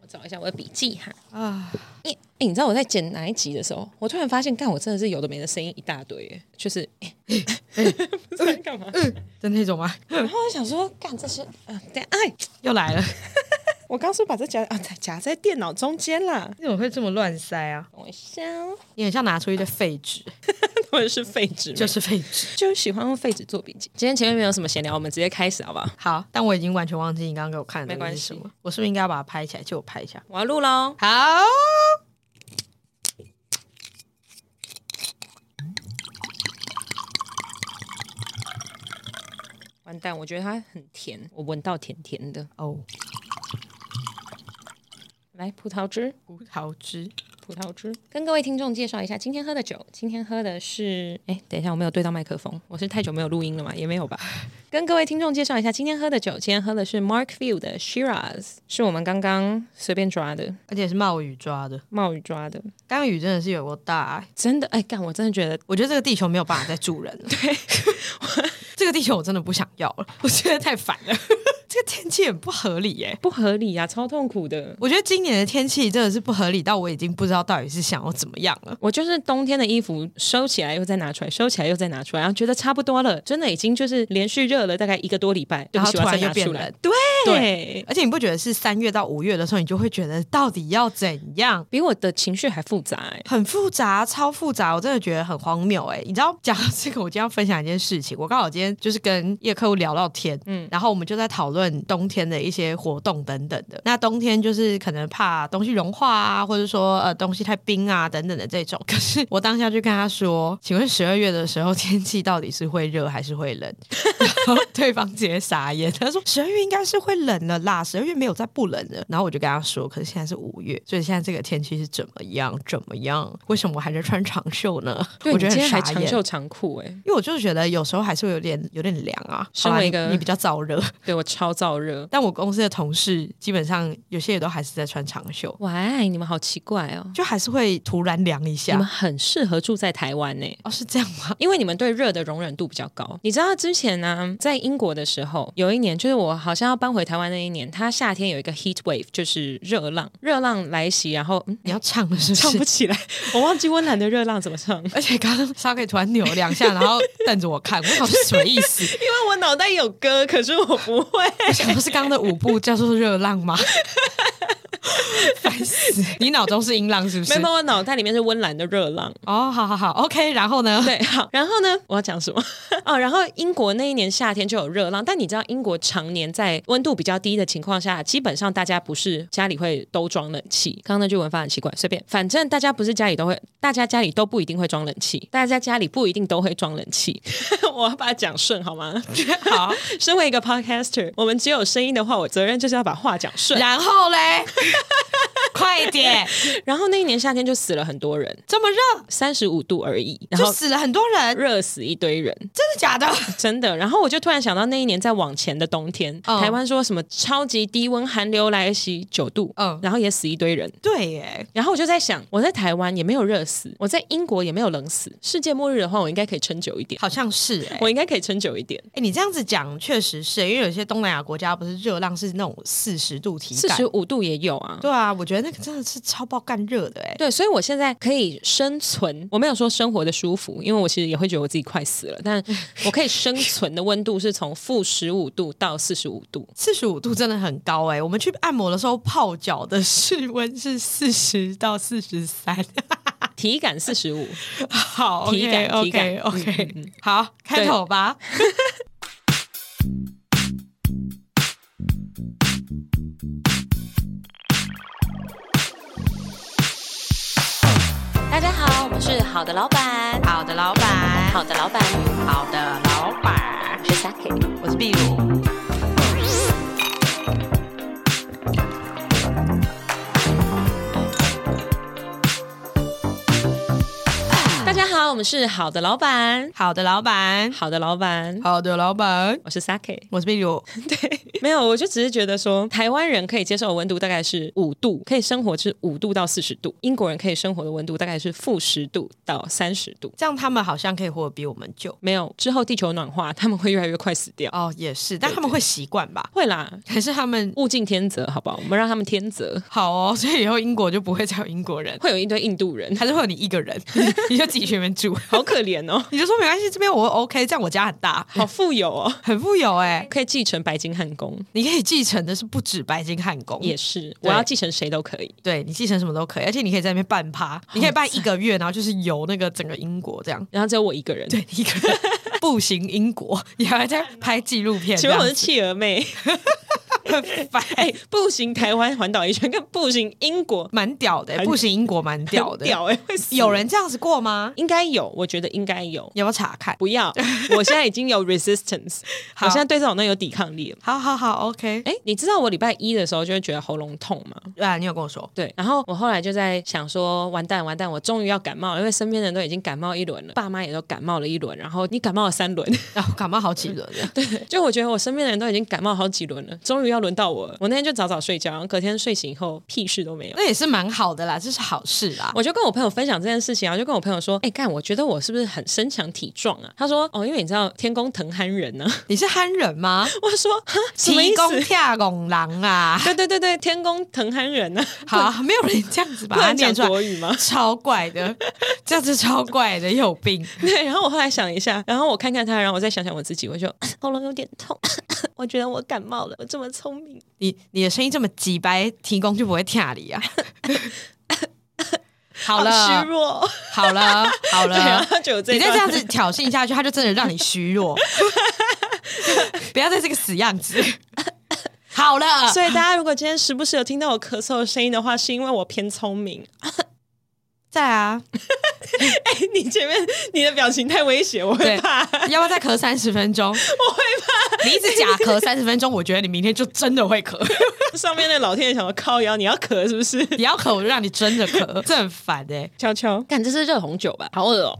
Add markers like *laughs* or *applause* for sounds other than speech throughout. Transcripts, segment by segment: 我找一下我的笔记哈。啊，哎、欸你知道我在剪哪一集的时候，我突然发现，干我真的是有的没的声音一大堆耶，就是、 *laughs* 欸不知道在干嘛。的那种吗？ *laughs* 然后我想说，干这些，呃，等一下哎，又来了，我刚说把这夹啊夹在电脑中间啦。你怎么会这么乱塞啊？我哦 *laughs* 想，你很像拿出一堆废纸，或者是废纸，就就是是废纸。就喜欢用废纸做笔记。今天前面没有什么闲聊，我们直接开始好不好？好，但我已经完全忘记你刚刚给我看的没东关西系是什么。我是不是应该要把它拍起来？就我拍一下。我要录喽。好，完蛋，我觉得它很甜，我闻到甜甜的。哦，来，葡萄汁，葡萄汁，葡萄汁，跟各位听众介绍一下今天喝的酒。今天喝的是，哎，等一下，我没有对到麦克风，我是太久没有录音了嘛，也没 *laughs* 有吧。跟各位听众介绍一下今天喝的酒，今天喝的是 Mark View 的 Shiraz，是我们刚刚随便抓的，而且是冒雨抓的。冒雨抓的，刚刚雨真的是有够大、欸，真的，哎，干，我真的觉得我觉得这个地球没有办法再住人了。对， *laughs* 这个地球我真的不想要了， *laughs* 我觉得太烦了。 *laughs* 这个天气很不合理耶、不合理啊，超痛苦的。我觉得今年的天气真的是不合理到我已经不知道到底是想要怎么样了。我就是冬天的衣服收起来又再拿出来，收起来又再拿出来，然后觉得差不多了，真的已经就是连续热了大概一个多礼拜，然后对突不起我要然又再拿变出来冷，。对，对，而且你不觉得是三月到五月的时候，你就会觉得到底要怎样？比我的情绪还复杂、欸。很复杂，超复杂，我真的觉得很荒谬哎、你知道，讲到这个，我今天要分享一件事情。我刚好今天就是跟一个客户聊到天，嗯，然后我们就在讨论冬天的一些活动等等的。那冬天就是可能怕东西融化啊，或者说呃东西太冰啊等等的这种。可是我当下就跟他说：“请问十二月的时候天气到底是会热还是会冷？” *laughs* 然后对方直接傻眼，他说：“十二月应该是会冷了啦，十二月没有再不冷了。”然后我就跟他说：“可是现在是五月，所以现在这个天气是怎么样？怎么样？为什么我还在穿长袖呢？”对，我觉得你今天很还傻长眼。袖长裤哎、欸，因为我就是觉得有时候还是会有点有点凉啊，身好啦为你一个你比较燥热，对我超燥热。但我公司的同事基本上有些也都还是在穿长袖，喂，你们好奇怪哦，就还是会突然凉一你们下。很适合住在台湾呢、欸哦，是这样吗？因为你们对热的容忍度比较高。你知道之前呢、在英国的时候，有一年就是我好像要搬回台湾那一年，它夏天有一个 heat wave，就是热浪，热浪来袭，然后嗯，你要唱了是不是？唱不起来，我忘记温岚的热浪怎么唱， *laughs* 因 *laughs* 而且刚刚沙可突然扭两下，然后瞪着我看，我想是什么意思？为我脑袋有歌，可是我不会。我想不是刚刚的舞步叫做热浪吗？烦死！你脑中是音浪是不没是有，没？有我脑袋里面 *laughs* 是温岚的热浪。哦，好好好，OK。然后呢？对，好，然后呢，我要讲什么？ *laughs* 哦，然后英国那一年夏天就有热浪，但你知道英国常年在温度比较低的情况下，基本上大家不是家里会都装冷气。刚刚那句文法很奇怪，随便，反正大家不是家里都会，大家家里都不一定会装冷气，大家家里不一定都会装冷气。 *laughs* 我要把它讲顺好吗？ *laughs* 好，身为一个 podcaster，我们只有声音的话，我责任就是要把话讲顺。 *laughs* 然后嘞，快点！然后那一年夏天就死了很多人，这么热，三十五度而已，然就后死了很多人，热死一堆人。真的假的？真的。然后我就突然想到那一年在往前的冬天，嗯台湾说什么超级低温寒流来袭九度，嗯然后也死一堆人。对耶，然后我就在想，我在台湾也没有热死，我在英国也没有冷死。世界末日的话，我应该可以撑久一点，好像是哎。我应该可以撑久一点。哎、你这样子讲确实是，因为有些东南亚国家不是热浪是那种四十度体四感十，五度也有啊。对啊，我觉得那个真的是超爆干热的哎。对，所以我现在可以生存，我没有说生活的舒服，因为我其实也会觉得我自己快死了，但我可以生存的温度是从负十五度到四十五度，四十五度真的很高哎、我们去按摩的时候泡脚的室温是四十到四十三。体感四十五。好，体感 o 体 k 感嗯 o k 好，开头吧。大家好，我们是好的老板，好的，老板，好的老板，好的，老板，我是 Saki。我是壁炉。大家好，我们是好的老板，好的，老板，好的老板，好的，老板，我是 Saki。我是壁炉。对，没有，我就只是觉得说，台湾人可以接受的温度大概是五度，可以生活是五度到四十度；英国人可以生活的温度大概是负十度到三十度。这样他们好像可以活得比我们久。没有之后，地球暖化，他们会越来越快死掉。哦，也是，但他们会习惯吧？会啦，还是他们物竞天择，好不好？我们让他们天择。好哦？所以以后英国就不会再有英国人，会有一堆印度人，还是会有你一个人，你就自己去那边住， *laughs* 好可怜哦，你就说没关系，这边我 OK，这样我家很大，好富有哦，很富有哎、可以继承白金汉宫。你可以继承的是不止白金汉宫，也是，我要继承谁都可以。对你继承什么都可以，而且你可以在那边办哦趴，你可以办一个月，然后就是游那个整个英国这样，然后只有我一个人。 *laughs* 对，一个人 *laughs* 步行英国，你还在拍纪录片 *laughs* 这请问样我是子，企鹅妹？很烦，哎、步行台湾环岛一圈，跟步行英国，蛮屌的、欸步行英国蛮屌的，屌哎、会死有人这样子过吗？应该有，我觉得应该有。你要不要查看？不要，我现在已经有 resistance，好我现在对这种东西有抵抗力了。好好好，OK，哎、你知道我礼拜一的时候就会觉得喉咙痛吗？啊，你有跟我说，对，然后我后来就在想说，完蛋完蛋，我终于要感冒了，因为身边的人都已经感冒一轮了，爸妈也都感冒了一轮，然后你感冒了三轮，然哦后感冒好几轮 *laughs* 了，对，就我觉得我身边的人都已经感冒好几轮了，终于要轮到我了。我那天就早早睡觉，然后隔天睡醒以后屁事都没有。那也是蛮好的啦，这是好事啦。我就跟我朋友分享这件事情啊，我就跟我朋友说：“哎、干，我觉得我是不是很身强体壮啊？”他说：“哦，因为你知道天公疼憨人呢、啊。你是憨人吗？”我说：“哈，什么意提供思跳拱狼啊？”？ *laughs* 对对对对，天公疼憨人呢、啊，好，没有人这样子把 *laughs* 不它能念讲出来，国语吗？超怪的， *laughs* 这样子超怪的，有病。对，然后我后来想一下，然后我看看他，然后我再想想我自己，我就喉咙有点痛， *laughs* 我觉得我感冒了。我这么聪明，你你的声音这么急白，提供就不会 *laughs* 跳你啊。好好了虚，弱，好了，好对，然了，后就有这你一再段这样子挑衅下去，他就真的让你 *laughs* 虚弱。不要再这个死样子。好了，所以大家如果今天时不时有听到我咳嗽的声音的话，是因为我偏聪明。 *laughs* 在啊，哎、你前面你的表情太威胁，我会对怕。 *laughs* 要不要再咳三十分钟？我会怕。你一直假咳三十分钟，我觉得你明天就真的会咳。上面那老天爷想说靠腰，你要咳是不是？ *laughs* 你要咳，我就让你真的咳，这很烦哎、悄悄，看这是热红酒吧？好恶哦、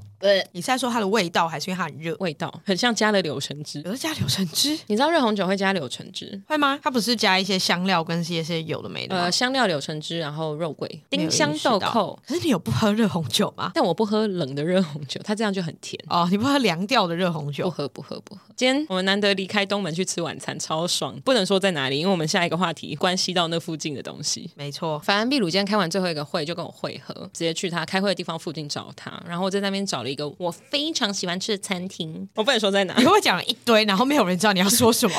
你是在说它的味道，还是因为它很热？味道很像加了柳橙汁。有的加柳橙汁你知道热红酒会加柳橙汁？会吗？它不是加一些香料跟一些有的没的吗？呃，香料柳橙汁，然后肉桂、没有丁香意识豆到蔻，可是你有不喝热红酒吗？但我不喝冷的热红酒，它这样就很甜。哦，你不喝凉掉的热红不酒？喝不喝不喝！今天我们难得离开东门去吃晚餐，超爽。不能说在哪里，因为我们下一个话题关系到那附近的东西。没错，反正秘鲁今天开完最后一个会，就跟我会合，直接去他开会的地方附近找他。然后我在那边找了一个我非常喜欢吃的餐厅，我不能说在哪你。会不会讲一堆，然后没有人知道你要说什么？ *laughs*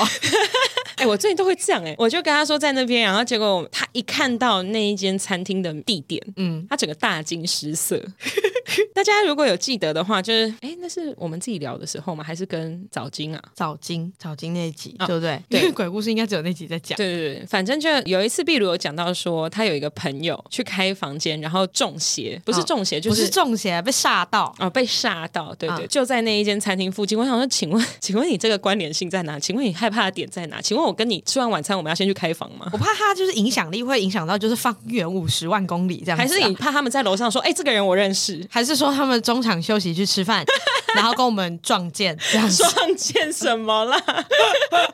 哎、我最近都会这样哎、我就跟他说在那边，然后结果他一看到那一间餐厅的地点，嗯，他整个大惊失色。 *laughs* 大家如果有记得的话，就是哎、那是我们自己聊的时候吗？还是跟早金啊？早金，早金那一集，哦对不对？对因为鬼故事应该只有那集在讲。对对对，反正就有一次，壁炉有讲到说，他有一个朋友去开房间，然后中邪，不是中邪，就不是是中邪，被吓到。哦，被吓到，对对，嗯就在那一间餐厅附近。我想说，请问，请问你这个关联性在哪？请问你害怕的点在哪？请问我跟你吃完晚餐，我们要先去开房吗？我怕它就是影响力会影响到，就是方圆五十万公里这样子啊、还是你怕他们在楼上说，哎、这个人我认识，还是说他们中场休息去吃 *laughs* 饭，然后跟我们撞见这样子，撞见什么啦？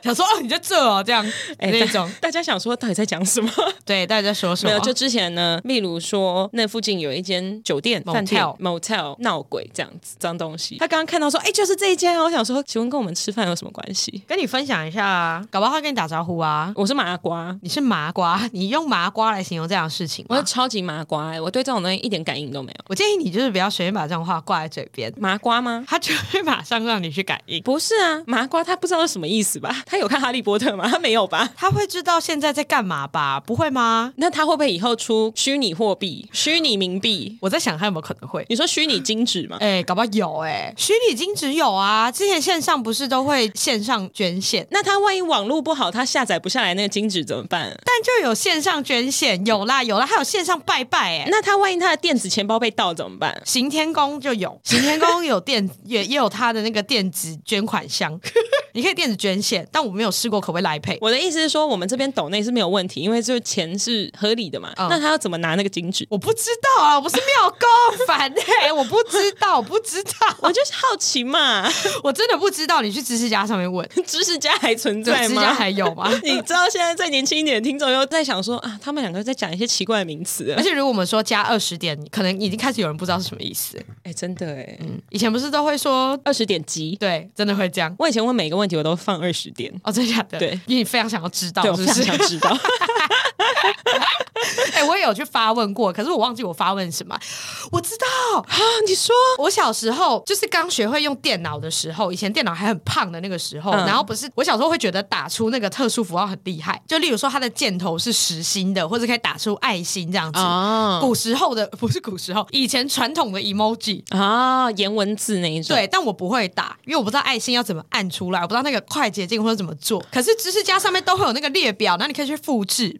想说哦你在这哦这样、哎那种，大家想说到底在讲什么？对，大家在说什没么？有，就之前呢，例如说那附近有一间酒店、饭店、motel 闹鬼这样子脏东西。他刚刚看到说，哎、就是这一间啊，我想说，请问跟我们吃饭有什么关系？跟你分享一下啊，搞不好他跟你打招呼啊。我是麻瓜。你是麻瓜，你用麻瓜来形容这样的事情我吗是？超级麻瓜、哎我对这种东西一点感应都没有。我建议你就是不要随便把这种话挂在嘴边，麻瓜吗？他就会马上让你去感应。不是啊，麻瓜他不知道是什么意思吧？他有看《哈利波特》吗？他没有吧？他会知道现在在干嘛吧？不会吗？那他会不会以后出虚拟货币、虚拟冥币？我在想他有没有可能会。你说虚拟金纸吗？哎、搞不好有哎、虚拟金只有啊！之前线上不是都会线上捐献，那他万一网络不好，他下载不下来那个金纸怎么办？但就有线上捐献，有啦有啦，还有线上拜拜哎、那他万一他的电子钱包被盗怎么办？ *laughs* 行天宫就有，行天宫有电也也有他的那个电子捐款箱， *laughs* 你可以电子捐献，但我没有试过可不可以来配。我的意思是说，我们这边抖内是没有问题，因为就是钱是合理的嘛。嗯那他要怎么拿那个金纸？我不知道啊，我是妙公，烦哎、 *laughs* 我不知道，我不知道， *laughs* 我就是好奇嘛， *laughs* 我真的不知道，你去知识家上面问，知识家还存这在知识家吗？还有吗？ *laughs* 你知道现在再年轻一点的听众又在想说啊，他们两个在讲一些奇怪的名词了，啊而且如果我们说加二十点，可能已经开始有人不知道是什么意思。 *laughs* 嗯哎、真的哎，以前不是都会说，二十点急。对，真的会这样我以前问每个问题我都放二十点，哦，真的假的？对因为你非常想要知道，哦对我是非不常是？想知道。 *laughs* 哎、我也有去发问过，可是我忘记我发问什么。我知道，啊，你说我小时候就是刚学会用电脑的时候，以前电脑还很胖的那个时候，嗯然后不是我小时候会觉得打出那个特殊符号很厉害，就例如说它的箭头是实心的，或者可以打出爱心这样子。啊古时候的不是古时候，以前传统的 emoji。啊，颜文字那一种，对，但我不会打，因为我不知道爱心要怎么按出来，我不知道那个快捷键或者怎么做。可是知识家上面都会有那个列表，那你可以去复制。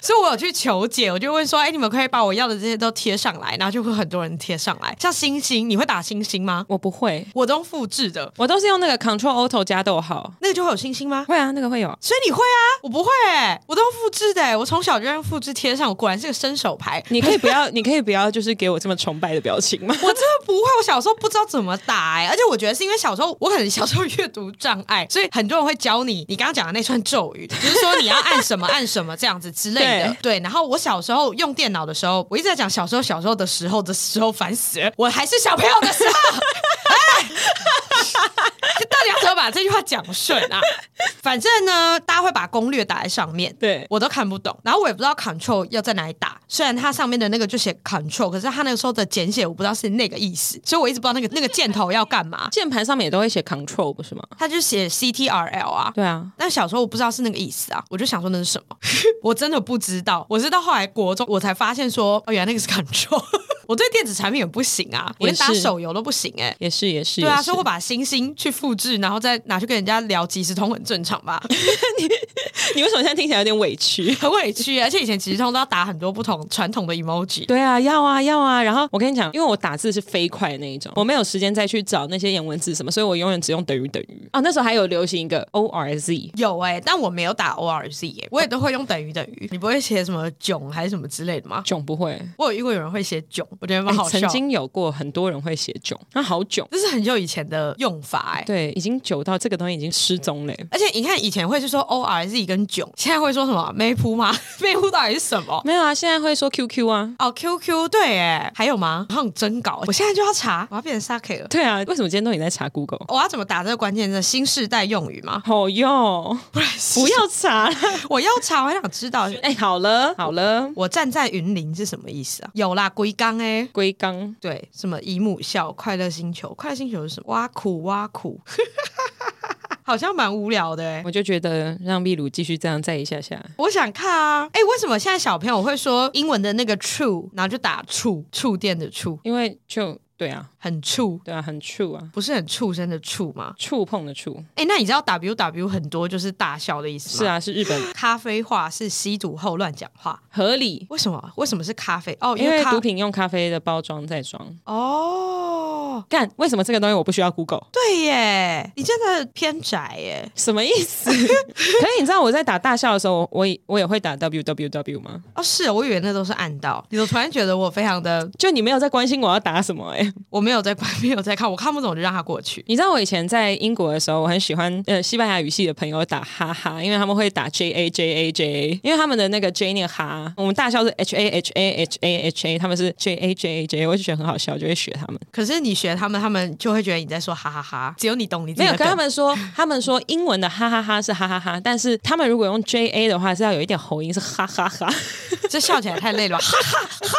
所以我有去求解，我就问说：“哎、你们可以把我要的这些都贴上来，然后就会很多人贴上来。像星星，你会打星星吗？我不会，我都复制的，我都是用那个 Control Auto 加逗号。那个就会有星星吗？会啊，那个会有 *laughs* 啊。所以你会啊，我不会哎、我都复制的、欸，我从小就用复制贴上，我果然是个伸手牌。你可以不要，你可以不要，就是给我这么崇拜的表情吗？我真的不会，我小时候不知道怎么打哎、而且我觉得是因为小时候我可能小时候阅读障碍，所以很多人会教你你刚刚讲的那串咒语，就是说你要按什么按什么这样子之类的。对，然后我小时候用电脑的时候，我一直在讲小时候小时候的时候的时候，烦死了，我还是小朋友的时候。 *laughs* 哎到底要怎么把这句话讲顺啊？反正呢，大家会把攻略打在上面，对我都看不懂，然后我也不知道 Control 要在哪里打。虽然它上面的那个就写 Control，可是它那个时候的简写我不知道是那个意思，所以我一直不知道那个那个箭头要干嘛。 *laughs* 键盘上面也都会写 Control 不是吗？它就写 CTRL 啊。对啊，但小时候我不知道是那个意思啊，我就想说那是什么， *laughs* 我真的不知道。我是到后来国中我才发现说，哦，原来那个是 Control。我 *laughs* 对电子产品也不行啊，我连也打是手游都不行哎、也是也是。对啊，也是所以我把星星去复制，然后再拿去跟人家聊即时通，很正常 *laughs* 吧？你为什么现在听起来有点委屈？很委屈，欸而且以前即时通都要打很多不同传统的 *laughs* emoji。对啊，要啊要啊。然后我跟你讲，因为我打字是飞快的那一种，我没有时间再去找那些颜文字什么，所以我永远只用等于等于。哦，那时候还有流行一个 O R Z，有哎、但我没有打 O R Z 欸我也都会用等于等于。你不会写什么囧还是什么之类的吗？囧不会。我有遇过有人会写囧，我觉得蛮哎好笑。曾经有过很多人会写囧，那、好囧。这是很久以前的用法哎、对，已经久到这个东西已经失踪了。而且你看，以前会是说 O R Z 跟囧，现在会说什么没铺吗？ *laughs* 没铺到底是什么？没有啊，现在会说 QQ 啊。哦，Q Q 对哎，还有吗？好像真搞，我现在就要查，我要变成 Sake 了。对啊，为什么今天都你在查 Google？我要怎么打这个关键字？新世代用语吗？好用，不然是不要查。我要查，我还想知道。哎、好了好了，我站在云林是什么意思啊？有啦，龟缸哎，龟缸对，什么姨母笑、快乐星球、快乐星球是什么？挖苦挖苦， *laughs* 好像蛮无聊的哎、我就觉得让秘鲁继续这样再一下下。我想看啊，哎、为什么现在小朋友会说英文的那个 true，然后就打触触电的触，因为就对啊，很触，对啊，很触啊，不是很畜生的畜吗？触碰的触，哎、那你知道 W W 很多就是大笑的意思吗？是，啊，是日本咖啡话是吸毒后乱讲话，合理，为什么？为什么是咖啡？哦，因为咖毒品用咖啡的包装在装。哦，干，为什么这个东西我不需要 Google？对耶，你真的偏宅耶。什么意思？可是你知道我在打大笑的时候，我我也我也会打 W W W 吗？哦，是，我以为那都是暗道。你我突然觉得我非常的，就你没有在关心我要打什么哎、我没有在管， *laughs* 没有在看，我看不懂就让他过去。你知道我以前在英国的时候，我很喜欢呃西班牙语系的朋友打哈哈，因为他们会打 J A J A J A，因为他们的那个 J 念哈，我们大笑是 H A H A H A H A，他们是 J A J A J A，我就觉得很好笑，就会学他们。可是你学他们，他们就会觉得你在说哈哈哈，只有你懂你自没己有在跟懂他们说，他们说英文的哈哈哈是哈哈哈，但是他们如果用 J A 的话是要有一点喉音，是哈哈哈。 *laughs* 这笑起来太累了吧？ *laughs* 哈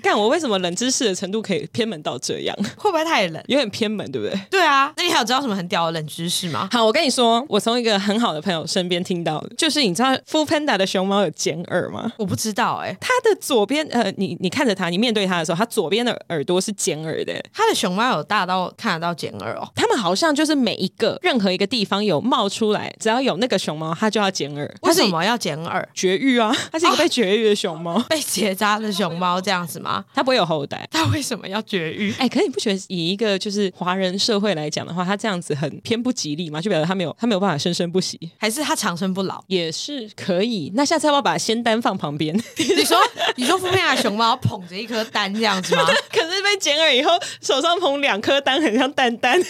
干我为什么冷知识的程度可以偏门到这样？会不会太冷？有点偏门，对不对？对啊，那你还有知道什么很屌的冷知识吗？好，我跟你说，我从一个很好的朋友身边听到的，就是你知道 f o o Panda 的熊猫有剪耳吗？我不知道哎、它的左边，呃，你你看着它，你面对它的时候，它左边的耳朵是尖耳的。他的熊猫有大到看得到剪耳哦，它们好像就是每一个任何一个地方有冒出来，只要有那个熊猫，它就要剪耳。它为是 *laughs* 什么要剪耳？啊 *laughs* 绝育啊？它是一个被绝育的熊猫。被结扎的熊猫这样子吗？ *laughs* 嘛？他不会有后代。他为什么要绝育？哎，可是你不觉得以一个就是华人社会来讲的话，他这样子很偏不吉利吗？就表示他没有他没有办法生生不息，还是他长生不老？也是可以。那下次要不要把仙丹放旁 *laughs* 边？ *laughs* 你说，你说富片亚熊猫捧着一颗蛋这样子 *laughs* 吗？可是被剪耳以后，手上捧两颗丹，很像蛋蛋。啊，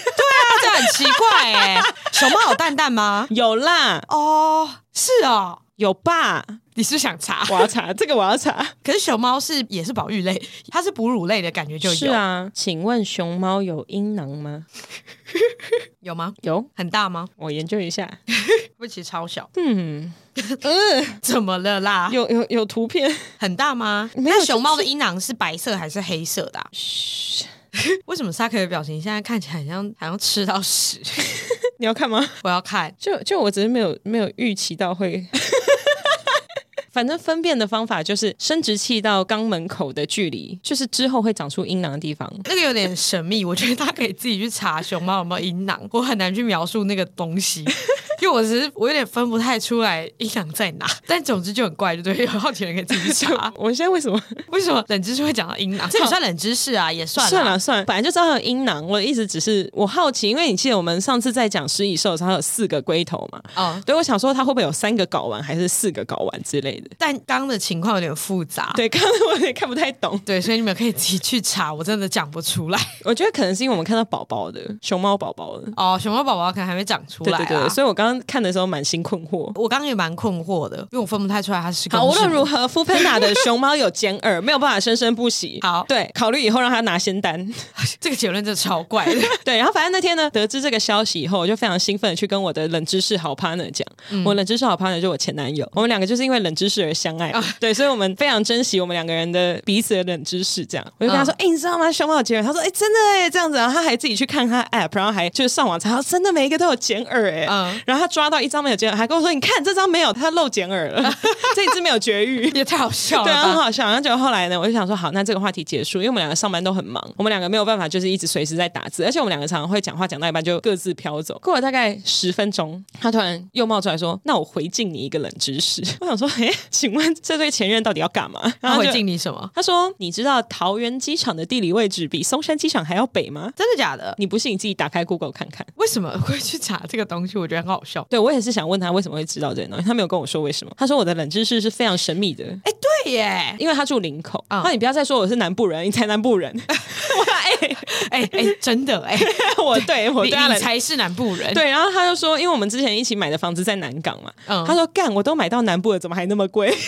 这很奇怪哎、 *laughs* 熊猫有蛋蛋吗？有啦，哦，是哦，有吧？你是不是想查？我要 *laughs* 查这个，我要查。可是熊猫是也是保育类，它是哺乳类的感觉就有，是啊，请问熊猫有阴囊吗？有吗？有，很大吗？我研究一 *laughs* 下。不，其实超小，嗯嗯，怎么了啦？有有有图片， *laughs* 很大吗？没有那熊猫的阴囊是白色还是黑色的啊、 *laughs* 为什么沙克的表情现在看起来很像好像吃到屎？ *laughs* 你要看吗？我要看，就就我只是没有没有预期到会。 *laughs* 反正分辨的方法就是生殖器到肛门口的距离，就是之后会长出阴囊的地方。。那个有点神秘，我觉得大家可以自己去查熊猫有没有阴囊，我很难去描述那个东西。因为我只是我有点分不太出来阴囊在哪， *laughs* 但总之就很怪，就对，有好奇的人可以自己去查 *laughs* 我现在为什么为什么冷知识会讲到阴囊？这也算冷知识啊，也算算了。了算了，本来就知道有阴囊。我的意思只是我好奇，因为你记得我们上次在讲食蚁兽的时候，它有四个龟头嘛？哦，对，我想说它会不会有三个睾丸，还是四个睾丸之类的？但刚刚的情况有点复杂。 *laughs* 对，刚才我有点看不太懂。对，所以你们可以自己去查，我真的讲不出来。我觉得可能是因为我们看到宝宝的熊猫宝宝的，哦，熊猫宝宝可能还没长出对来、啊。对对，所以我刚刚看的时候满心困惑。嗯我刚刚也蛮困惑的，因为我分不太出来它是公好，无是论母如何 f u p a n a 的熊猫有尖耳，没有办法生生不息。好对，考虑以后让它拿仙丹。 *laughs* 这个结论真的超怪 *laughs* 的。对，然后反正那天呢，得知这个消息以后，我就非常兴奋的去跟我的冷知识好 partner 讲，我冷知识好 partner 就是我前男友，我们两个就是因为冷知识而相爱，对，所以我们非常珍惜我们两个人的彼此的冷知识。这样，我就跟他说，哎、你知道吗？熊猫有剪耳，他说，哎、真的哎，这样子，然后他还自己去看他的 app，然后还就是上网查，真的每一个都有剪耳哎，嗯然后他抓到一张没有剪耳，还跟我说，你看这张没有，它漏剪耳了， *laughs* 这一只没有绝育。也太好笑对了啊，很吧！好笑。然后就后来呢，我就想说，好，那这个话题结束，因为我们两个上班都很忙，我们两个没有办法就是一直随时在打字，而且我们两个常常会讲话讲到一半就各自飘走。过了大概十分钟，他突然又冒出来说：“那我回敬你一个冷知识。” *laughs* 我想说，诶，请问这对前任到底要干嘛？然他后就回。敬你什么？他说：“你知道桃园机场的地理位置比松山机场还要北吗？真的假的？你不信，你自己打开 Google 看看。”为什么会去查这个东西？我觉得很好笑。对我也是想问他为什么会知道这些东西，他没有跟我说为什么。他说我的冷知识是非常神秘的，哎，对耶！因为他住林口。那、嗯你不要再说我是南部人，你才南部人。我哎、哎哎，真的哎，我对 *laughs* 我你对他你冷。才是南部人。对，然后他就说，因为我们之前一起买的房子在南港嘛，嗯他说干，我都买到南部了，怎么还那么贵？ *laughs*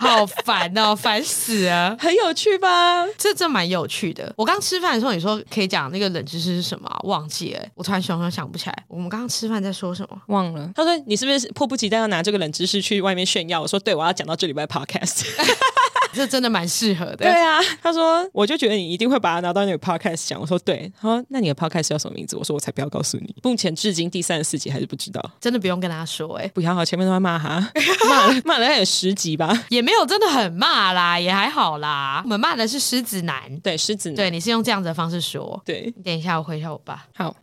好烦哦，烦死了。很有趣吧？这这蛮有趣的。我刚吃饭的时候，你说可以讲那个冷知识是什么啊、忘记了、我突然想想想不起来。我们刚刚吃饭在说什么？忘了。他说你是不是迫不及待要拿这个冷知识去外面炫耀？我说对，我要讲到这礼拜 podcast。这真的蛮适合对的。啊，他说我就觉得你一定会把它拿到你的 podcast 讲。我说对，他说那你的 podcast 叫什么名字？我说我才不要告诉你，目前至今第三十四集还是不知道。真的不用跟他说、哎，不要好，前面都在骂他，骂了骂了大概有十集吧。也没有真的很骂啦，也还好啦。我们骂的是狮子男，对，狮子男对，你是用这样子的方式说。对，你等一下，我回一下我爸。好。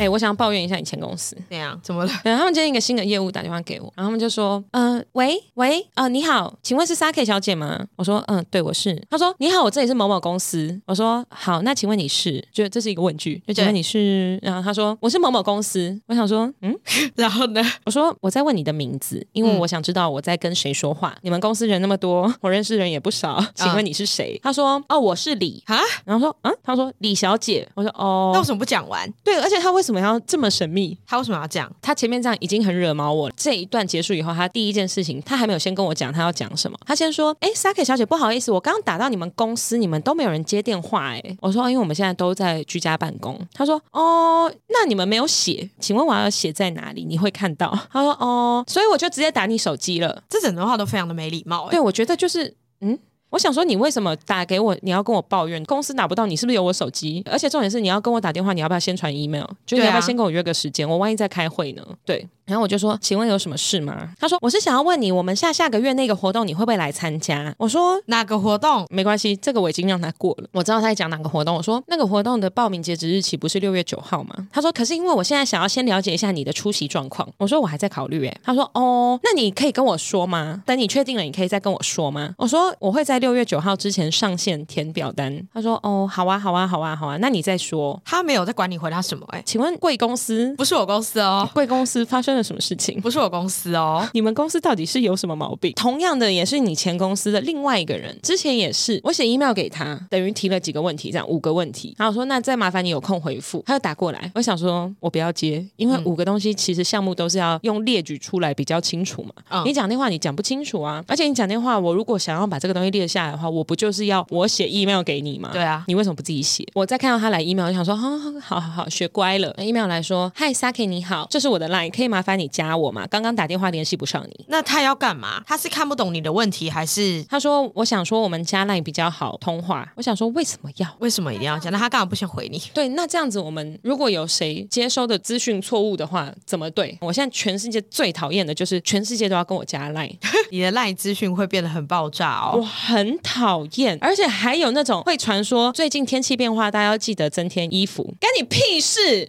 哎、我想要抱怨一下以前公司。怎样？怎么了？ *laughs* 然后他们今天一个新的业务打电话给我，然后他们就说：“嗯、喂喂，呃，你好，请问是 Saki 小姐吗？”我说：“嗯、对，我是。”他说：“你好，我这里是某某公司。”我说：“好，那请问你是？”就这是一个问句，就请问你是？然后他说：“我是某某公司。”我想说：“嗯，然后呢？我说我在问你的名字，因为我想知道我在跟谁说话。你们公司人那么多，我认识人也不少，请问你是谁？他说：“哦，我是李。”啊？然后说嗯啊，他说李小姐，我说那哦为，什么不讲完？对，而且他为什么要这么神秘？他为什么要讲？他前面这样已经很惹毛我了。这一段结束以后，他第一件事情，他还没有先跟我讲他要讲什么，他先说：“哎，Saki 小姐，不好意思，我刚刚打到你们公司，你们都没有人接电话。”哎，我说：“因为我们现在都在居家办公。”他说：“哦，那你们没有写，请问我要写在哪里？你会看到。”他说：“哦，所以我就直接打你手机了。这整段话都非常的没礼貌、哎对，我觉得就是嗯。我想说，你为什么打给我？你要跟我抱怨公司打不到你，是不是有我手机？而且重点是，你要跟我打电话，你要不要先传 email？就是你要不要对啊先跟我约个时间？我万一在开会呢？对，然后我就说：“请问有什么事吗？”他说：“我是想要问你，我们下下个月那个活动你会不会来参加？”我说。哪个活动？没关系，这个我已经让他过了。我知道他在讲哪个活动。我说那个活动的报名截止日期不是六月九号吗？他说可是因为我现在想要先了解一下你的出席状况。我说我还在考虑诶、他说哦，那你可以跟我说吗？等你确定了，你可以再跟我说吗？我说我会在六月九号之前上线填表单。他说哦，好啊，好啊，好啊，好啊，那你再说。他没有在管你回他什么、哎，请问贵公司不是我公司 *laughs* 哦，贵公司发生了什么事情？不是我公司哦。你们公司到底是有什么毛病？同样的，也是你前公司的另外一个人，之前也是，我写 email 给他，等于提了几个问题，这样五个问题，然后我说那再麻烦你有空回复，他就打过来，我想说我不要接，因为五个东西其实项目都是要用列举出来比较清楚嘛，嗯你讲电话你讲不清楚啊，而且你讲电话，我如果想要把这个东西列下来的话，我不就是要我写 email 给你吗？对啊你为什么不自己写？我再看到他来 email，就想说，好好好好好，学乖了。email 来说，嗨，Saki 你好，这是我的 line，可以麻烦你加我吗？刚刚打电话联系不上你。那他要干嘛？他是看不懂你的问题，还是他说，我想说我们加 line 比较好通话。我想说，为什么要？为什么一定要讲？那他干嘛不先回你？ *laughs* 对，那这样子，我们如果有谁接收的资讯错误的话，怎么对？我现在全世界最讨厌的就是全世界都要跟我加 line，你的赖资讯会变得很爆炸我哦。很讨厌，而且还有那种会传说最近天气变化，大家要记得增添衣服，干你屁事！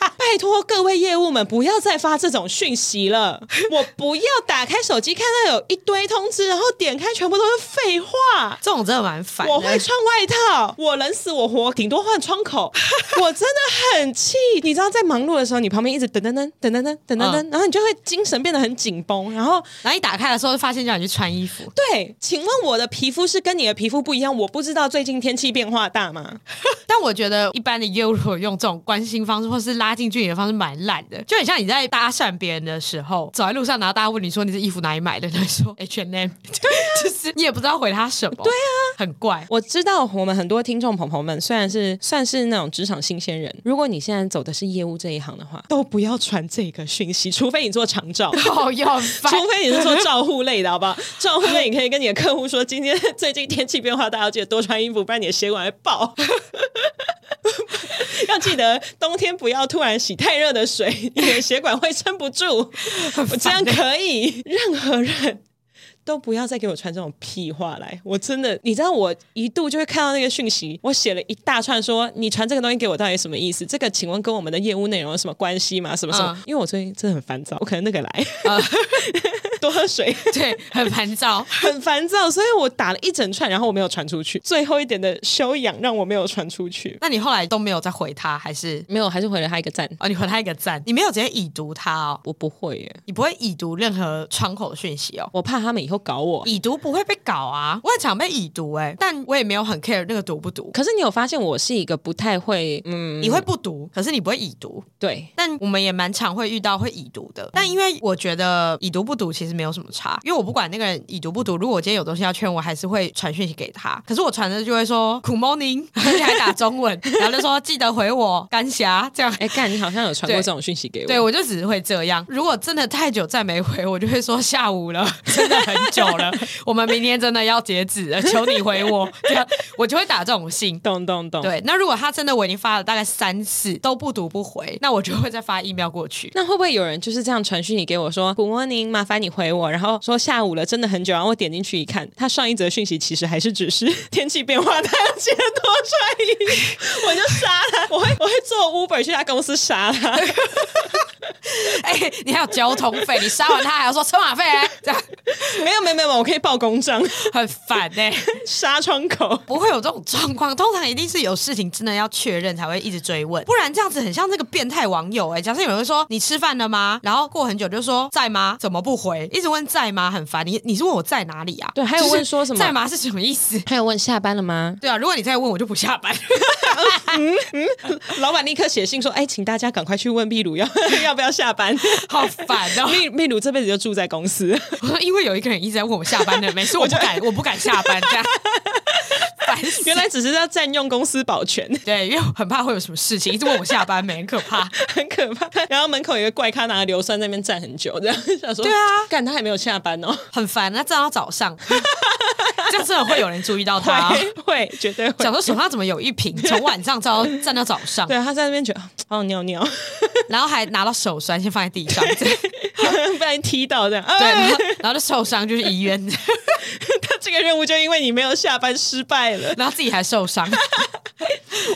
拜托各位业务们，不要再发这种讯息了。我不要打开手机看到有一堆通知，然后点开全部都是废话。 *laughs* 这种真的蛮烦的。我会穿外套，我冷死我活，顶多换窗口。我真的很气，你知道，在忙碌的时候，你旁边一直噔噔噔噔噔噔噔噔噔，然后你就会精神变得很紧绷，然后然后一打开的时候，就发现叫你去穿衣服。对，请问我的皮肤是跟你的皮肤不一样？我不知道最近天气变化大吗？但我觉得一般的业务如果用这种关心方式，或是拉近距离的方式，蛮烂的。就很像你在搭讪别人的时候，走在路上，然后大家问你说你这衣服哪里买的，他 *laughs* 说 H and M，就是你也不知道回他什么。对啊，很怪。我知道我们很多听众朋友们虽然是算是那种职场新鲜人，如果你现在走的是业务这一行的话，都不要传这个讯息，除非你做长照。 *laughs* 好 *laughs* 要除烦，非你是做照护类的，好不好？照护类你可以跟你的客户说，今天最近天气变化，大家要记得多穿衣服，不然你的血管会爆。 *laughs* 要记得冬天不要突然洗太热的水，你的血管会撑不住。我这样可以，任何人。都不要再给我传这种屁话来！我真的，你知道，我一度就会看到那个讯息，我写了一大串说，你传这个东西给我到底什么意思？这个请问跟我们的业务内容有什么关系吗？什么什么？嗯因为我最近真的很烦躁，我可能那个来， *laughs* 多喝水，对，很烦躁。很烦躁，所以我打了一整串，然后我没有传出去，最后一点的修养让我没有传出去，那你后来都没有再回他，还是没有，还是回了他一个赞。哦？你回他一个赞，你没有直接已读他哦，我不会耶，你不会已读任何窗口的讯息哦。我怕他们以后搞我。已读不会被搞啊，我很常被已读哎、但我也没有很 care 那个读不读，可是你有发现我是一个不太会，嗯，你会不读，可是你不会已读。对，但我们也蛮常会遇到会已读的，但因为我觉得已读不读其实没有什么差，因为我不管那个人已读不读，如果我今天有东西要劝我，还是会传讯息给他。可是我传的就会说 “Good morning”，而 *laughs* 且还打中文， *laughs* 然后就说记得回我干霞这样。 *laughs* 哎、干，你好像有传过这种讯息给我。对，我就只是会这样。如果真的太久再没回，我就会说下午了， *laughs* 真的很久了，我们明天真的要截止了，求你回我。 *laughs* 这样我就会打这种信。 *laughs* 懂懂懂。，对，那如果他真的我已经发了大概三次都不读不回，那我就会再发 email 过去。那会不会有人就是这样传讯你给我说 “Good morning”，麻烦你回我，然后说下午了，真的很久，然后我点进去一看，他上一则讯息其实还是只是 *laughs* 天气变化，他要记得多穿衣服，我就杀他，我会我会坐 Uber 去他公司杀他。 *laughs* 哎、你还有交通费，你杀完他还要说车马费、这样没有没有没有，我可以报公账，很烦哎、杀窗口。不会有这种状况，通常一定是有事情真的要确认才会一直追问，不然这样子很像那个变态网友哎、假设有人会说你吃饭了吗？然后过很久就说在吗？怎么不回？一直问在吗？很烦。你你是问我在哪里啊？对还有就是问说什么在吗是什么意思？还有问下班了吗？对啊，如果你再问我就不下班。老板立刻写信说：“哎，请大家赶快去问秘鲁要 *laughs* 要不要下班。好烦哦！秘秘鲁这辈子就住在公司，我说因为有一个人一直在问我下班了没，所以我不敢，我不敢下班 *laughs* 这样，烦死。原来只是要占用公司保全。” *laughs* 对，因为我很怕会有什么事情，一直问我下班没，很可怕。很可怕。然后门口有一个怪咖拿着硫酸在那边站很久，这样想说，对啊干他还没有下班哦。 *laughs* 很烦，那站到早上。这样真的会有人注意到 *laughs* 他。会会绝对会想。说手上怎么有一瓶，从晚上照站到早上，对，他在那边觉得啊好想尿尿， *laughs* 然后还拿到手酸，先放在地上，这样不然踢到这样。对，哎，然后然后就受伤，就是医院，他 *laughs* 这个任务就因为你没有下班失败了， *laughs* 然后自己还受伤。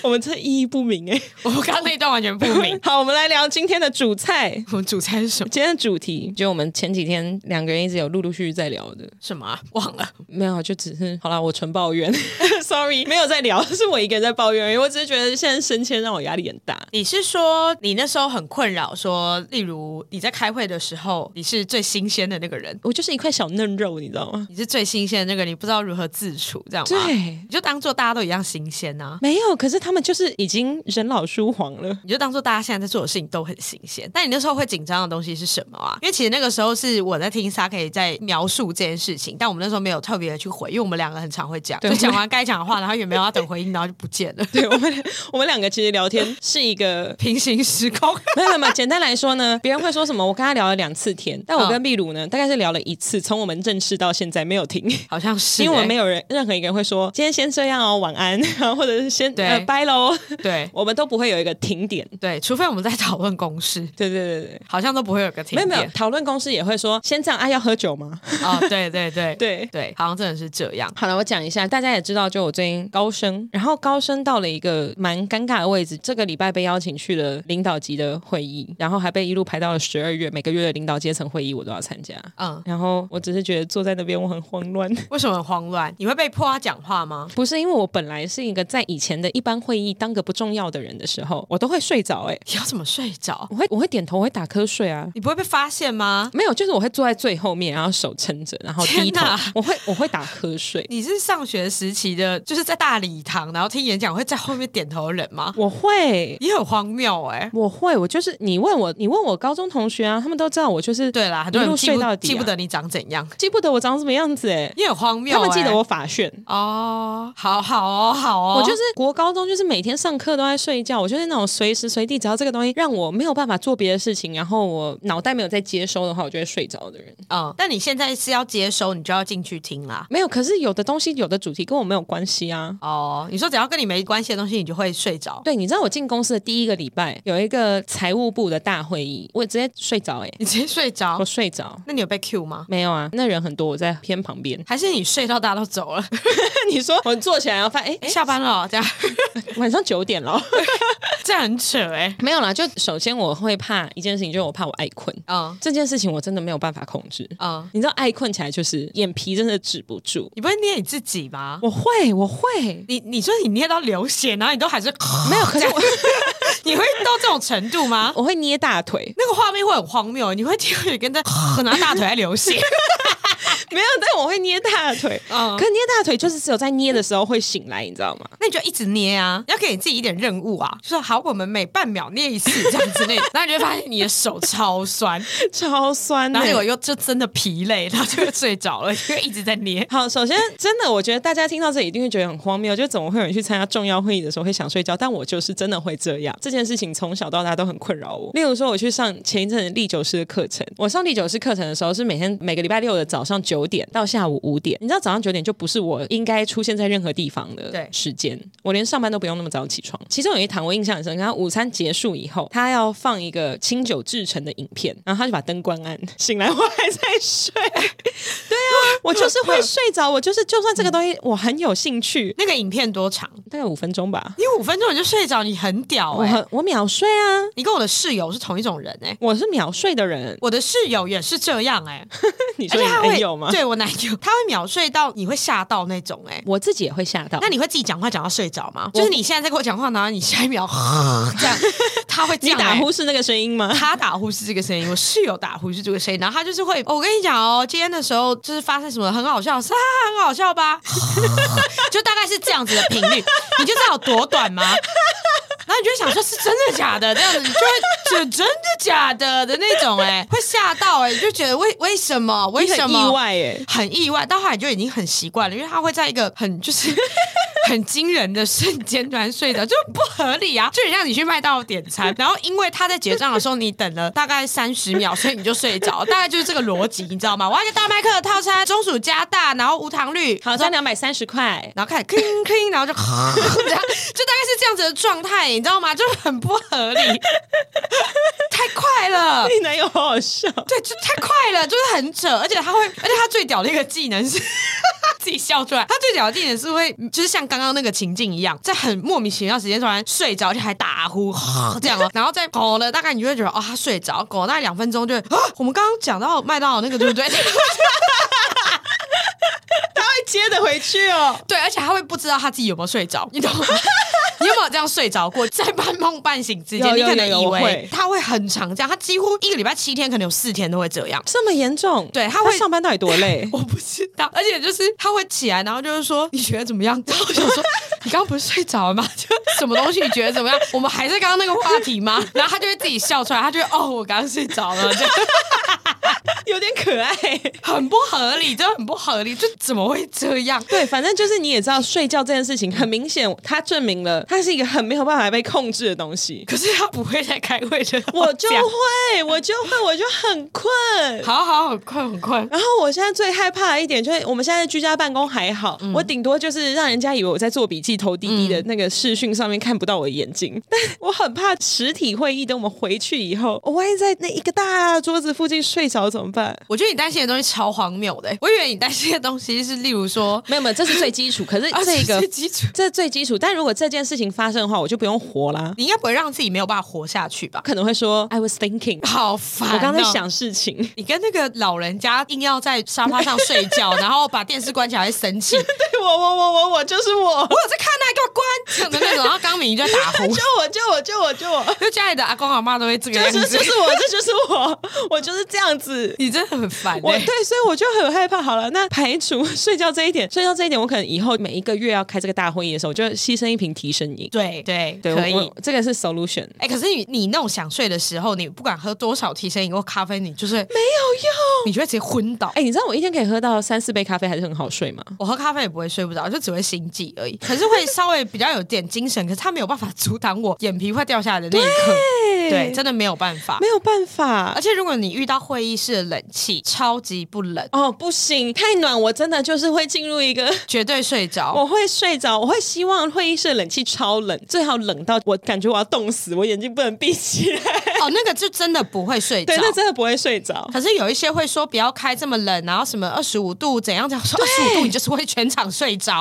我们这意义不明哎、我刚刚那一段完全不明，好，我们来聊今天的主菜。我们主菜是什么？今天的主题就我们前几天两个人一直有陆陆续续在聊的，什么、啊、忘了？没有，就只是好啦，我纯抱怨 *laughs* ，sorry，没有在聊，是我一个人在抱怨而已。我只是觉得现在升迁让我压力很大。你是说你那时候很困扰说，例如你在开会的时候，你是最新鲜的那个人，我就是一块小嫩肉，你知道吗？你是最新鲜的那个，你不知道如何自处，这样吗？对你就当做大家都一样新鲜啊。没有，可是他们就是已经人老珠黄 *laughs* 了。你就当做大家现在在做的事情都很新鲜。那你那时候会紧张的东西是什么啊？因为其实那个时候是我在听 s a k 在描述这件事情，但我们那时候没有特别的去回，因为我们两个很常会讲，对就讲完该讲的话，然后也没有要等回应，然后就不见 *laughs* 了。对我们，我们两个其实聊天是一 *laughs* 个。平行时空，没有没有没有，简单来说呢，别人会说什么？我跟他聊了两次天，但我嗯跟秘鲁呢，大概是聊了一次，从我们认识到现在没有停。好像是、因为我们欸没有人任何一个人会说今天先这样哦，晚安， *laughs* 或者是先对呃拜喽，对 *laughs* 我们都不会有一个停点。对，除非我们在讨论公式，对对对对。好像都不会有个停没有点。没有，讨论公司也会说先这样，啊，要喝酒吗？啊、对对 *laughs* 对对对，好像真的是这样。好了，我讲一下，大家也知道，就我最近高升，然后高升到了一个蛮尴尬的位置，这个礼拜被邀请去了领导级的会议，然后还被一路排到了十二月，每个月的领导阶层会议我都要参加。嗯，然后我只是觉得坐在那边我很慌乱，为什么很慌乱？你会被迫他讲话吗？不是因为我本来是一个在以前的一般会议当个不重要的人的时候，我都会睡着、欸，哎，你要怎么睡着？我会我会点头，我会打瞌睡啊。你不会被发现吗？没有，就是我会坐在最后面，然后手撑着，然后低天头哪，我会我会打瞌睡。你是上学时期的，就是在大礼堂，然后听演讲会在后面点头的人吗？ *laughs* 我会，也很荒谬哎、我会，我就是你问我，你问我高中同学啊，他们都知道我就是对啦，很多一人路记不睡到底啊记不得你长怎样，记不得我长什么样子哎、也很荒谬、欸。他们记得我法旋。哦，好好哦，好哦，我就是国高中，就是每天上课都在睡觉。我就是那种随时随地，只要这个东西让我没有办法做别的事情，然后我脑袋没有在接收的话，我就会睡着的人。嗯，但你现在是要接收，你就要进去听啦。没有，可是有的东西，有的主题跟我没有关系啊。哦，你说只要跟你没关系的东西，你就会睡着。对，你知道我进公司的第一个礼拜有一个财务部的大会议，我直接睡着哎、你直接睡着我，睡着。那你有被 Q 吗？。没有啊，那人很多，我在偏旁边 *laughs* 还是你睡到大家都 *laughs* 走了，那你说我坐起来，然后发现哎、下班了哦、 *laughs* 这样晚上九点了。这样很扯哎、没有啦，就首先我会怕一件事情，就是我怕我爱困。嗯这件事情我真的没有办法控制。嗯，你知道爱困起来就是眼皮真的止不住。你不会捏你自己吗？我会，我会，你你说你捏到流血，然后你都还是没有，可是我 *laughs*？你会到这种程度吗我会捏大腿， *laughs* 那个画面会很荒谬，你会听到有跟在拿大腿在流血，没有，但我会捏大腿。嗯可捏大腿就是只有在捏的时候会醒来，你知道吗？ *laughs* 那你就一直捏啊，要给你自己一点任务啊，就说好，我们每半秒捏一次这样之类的， *laughs* 然后你就会发现你的手超酸， *laughs* 超酸欸的、然后结果又就真的疲累，然后就会睡着 *laughs* 了，因为一直在捏。好，首先，真的，我觉得大家听到这里一定会觉得很荒谬，就怎么会有人去参加重要会议的时候会想睡觉？但我就是真的会这样，这件事情从小到大都很困扰我。例如说，我去上前一阵子历九师的课程，我上历九师课程的时候是每天每个礼拜六的早上九点到下午五点，你知道早上九点就不是我应该出现在任何地方的对时间，我连上班都不用那么早起床。其中有一堂我印象很深刻，他午餐结束以后，他要放一个清酒制成的影片，然后他就把灯关暗， *laughs* 醒来我还在睡。我就是会睡着，我就是就算这个东西我很有兴趣，那个影片多长？大概五分钟吧，你五分钟你就睡着，你很屌我哎、很我秒睡啊，你跟我的室友是同一种人哎、我是秒睡的人，我的室友也是这样哎、你而说且你他男会友吗？对我男友，他会秒睡到你会吓到那种哎、我自己也会吓到。那你会自己讲话讲到睡着吗？就是你现在在跟我啊讲话，然后你下一秒 *laughs* 这样，他会这你样、打欸 *laughs* 呼是那个声音吗？他打呼是这个声音，我室友打呼是这个声音，然后他就是会， *laughs* 哦我跟你讲哦，今天的时候就是发生什么很好笑的事，是啊，很好笑 *laughs* 吧？就大概是这样子的频率，你就知道有多短吗？然后你就会想说，是真的假的？这样子你就会，是真的假的的那种、哎，会吓到、哎，就觉得为为什么？为你什很么？意外耶、很意外，到后来就已经很习惯了，因为他会在一个很就是很惊人的瞬间突然睡着，就不合理啊！就很像你去麦当劳点餐，然后因为他在结账的时候你等了大概三十秒，所以你就睡着，大概就是这个逻辑，你知道吗？我要一个大麦克的套餐，中薯加大，然后无糖绿，好，这样你要买三十块。然后开始 cling cling，然后就 *laughs* 这样，就大概是这样子的状态，你知道吗？就很不合理，太快 *laughs* 了。你男友好好笑，对，就太快了， *laughs* 就是很扯，而且他会，而且他最屌的一个技能是 *laughs* 自己笑出来。他最屌的技能是会，就是像刚刚那个情境一样，在很莫名其妙的时间突然睡着，而且还打呼啊 *laughs* 这样哦，然后再吼了，大概你就会觉得哦，他睡着，狗大概两分钟就会啊，我们刚刚讲到麦当劳那个对不 *laughs* 对？他会接得回去哦。对，而且他会不知道他自己有没有睡着，你懂吗？ *laughs* 你有没有这样睡着过？在半梦半醒之间，有你可有能有以有我为会他会很长这样，他几乎一个礼拜七天，可能有四天都会这样。这么严重？对他会？上班到底多累 *laughs* 我不知道，而且就是他会起来，然后就是说你觉得怎么样？ *laughs* 然后我想说你刚刚不是睡着了吗？ *laughs* 就什么东西你觉得怎么样？我们还是刚刚那个话题吗？ *laughs* 然后他就会自己笑出来，他就会哦，我刚刚睡着了， *laughs* 就 *laughs* 有点可爱。很不合理，就很不合理，就怎么会这样？ *laughs* 对，反正就是你也知道，睡觉这件事情很明显，它证明了它是一个很没有办法被控制的东西。可是他不会在开会的时 *laughs* 候我就讲会，我就会，我就很困。好好很困很困。然后我现在最害怕的一点就是，我们现在居家办公还好，我顶多就是让人家以为我在做笔记、投滴滴的那个视讯上面看不到我的眼睛， *laughs* 但我很怕实体会议，等我们回去以后，我万一在那一个大桌子附近睡着怎么办？我觉得你担心的东西超荒谬的、欸我以为你担心的东西是例如说没有没有，这是最基础，可 *laughs* 是 *laughs* 啊这这个是基础这最基础。但如果这件事情发生的话，我就不用活啦。你应该不会让自己没有办法活下去吧？可能会说 I was thinking， *laughs* 好烦、哦我刚才。想事情。你跟那个老人家硬要在沙发上睡 *laughs* 觉，然后把电视关起来会生气。*laughs* 我对我我我我我就是我，有在看那个关这样的那种，然后刚明就在打呼救， *laughs* 我救我救我救我，就家里的阿公阿妈都会这个样这子。就就是我，这就是我，我就是这样 *laughs* 子。你真的很烦、我欸。对，所以我就很害怕。好了，那排除 *laughs* 睡觉这一点，睡觉这一点，我可能以后每一个月要开这个大会议的时候，我就牺牲一瓶提神饮。对对对，可以。我我这个是 solution，哎、可是你你那种想睡的时候，你不管喝多少提神饮或咖啡，你就是没有用。你就会直接昏倒。哎、你知道我一天可以喝到三四杯咖啡，还是很好睡吗？我喝咖啡也不会睡不着，就只会心悸而已。可是会稍微比较有点精神，可是它没有办法阻挡我眼皮快掉下来的那一刻。对，真的没有办法没。有办法而。且如果你遇到会议室的冷气超级不冷，哦，不行，太暖，我真的就是会进入一个，绝对睡着。我会睡着，我会希望会议室的冷气超冷，最好冷到我感觉我要冻死，我眼睛不能闭起 *laughs* 来。哦，那个就真的不会睡着对，。那真的不会睡着。可是有一些会说不要开这么冷，然后什么二十五度怎样怎样，说二十五度你就是会全场睡 *laughs* 着，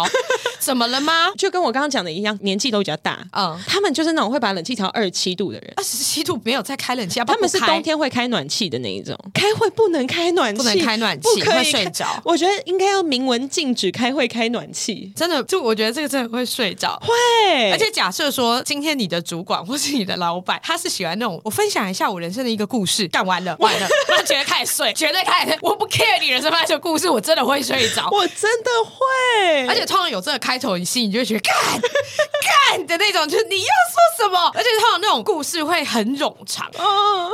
怎么了吗？就跟我刚刚讲的一样，年纪都比较大，嗯他们就是那种会把冷气调二十七度的人。二十七度没有在开冷气，要不他然们是不开冬天会哦开暖气的那一种，开会不能开暖气，不能开暖气不可以会睡开着我觉得应该要明文禁止开会开暖气。真的，就我觉得这个真的会睡着。会，而且假设说，今天你的主管或是你的老板，他是喜欢那种我分享一下我人生的一个故事，干完了完了，他绝对开 *laughs* 始睡，绝对开始，我不 care 你人生发生的故事，我真的会睡着。我真的会，而且通常有这个开头，你心里就会觉得干干的那种，就是你要说什么？而且通常那种故事会很冗长。嗯。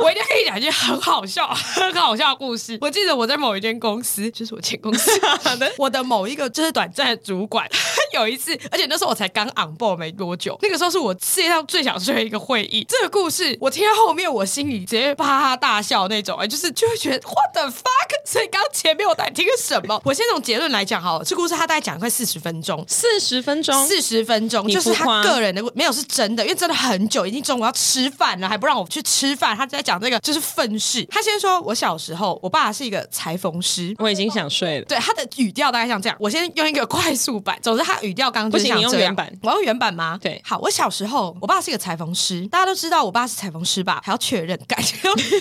*laughs* 我一定要跟你讲一句很好笑、很好笑的故事。我记得我在某一间公司，就是我前公司， *laughs* 我的某一个就是短暂的主管， *laughs* 有一次，而且那时候我才刚 on board 没多久，那个时候是我世界上最想睡的一个会议。这个故事我听到后面，我心里直接哈哈大笑那种，哎，就是就会觉得 what the fuck。所以刚前面我到底听了什么？ *laughs* 我先从结论来讲好了，这故事它大概讲了快四十分钟，四十分钟，四十分钟，哦你就不是他花个人的，没有是真的，因为真的很久，已经中午要吃饭了，还不让我去吃饭。他在讲这个就是愤世。他先说，我小时候，我爸是一个裁缝师。我已经想睡了。对他的语调大概像这样，我先用一个快速版。总之，他语调刚刚就是不行像你用这样原版我要用原版吗？对好，我小时候，我爸是一个裁缝师，大家都知道我爸是裁缝师吧？还要确认，感觉 *laughs*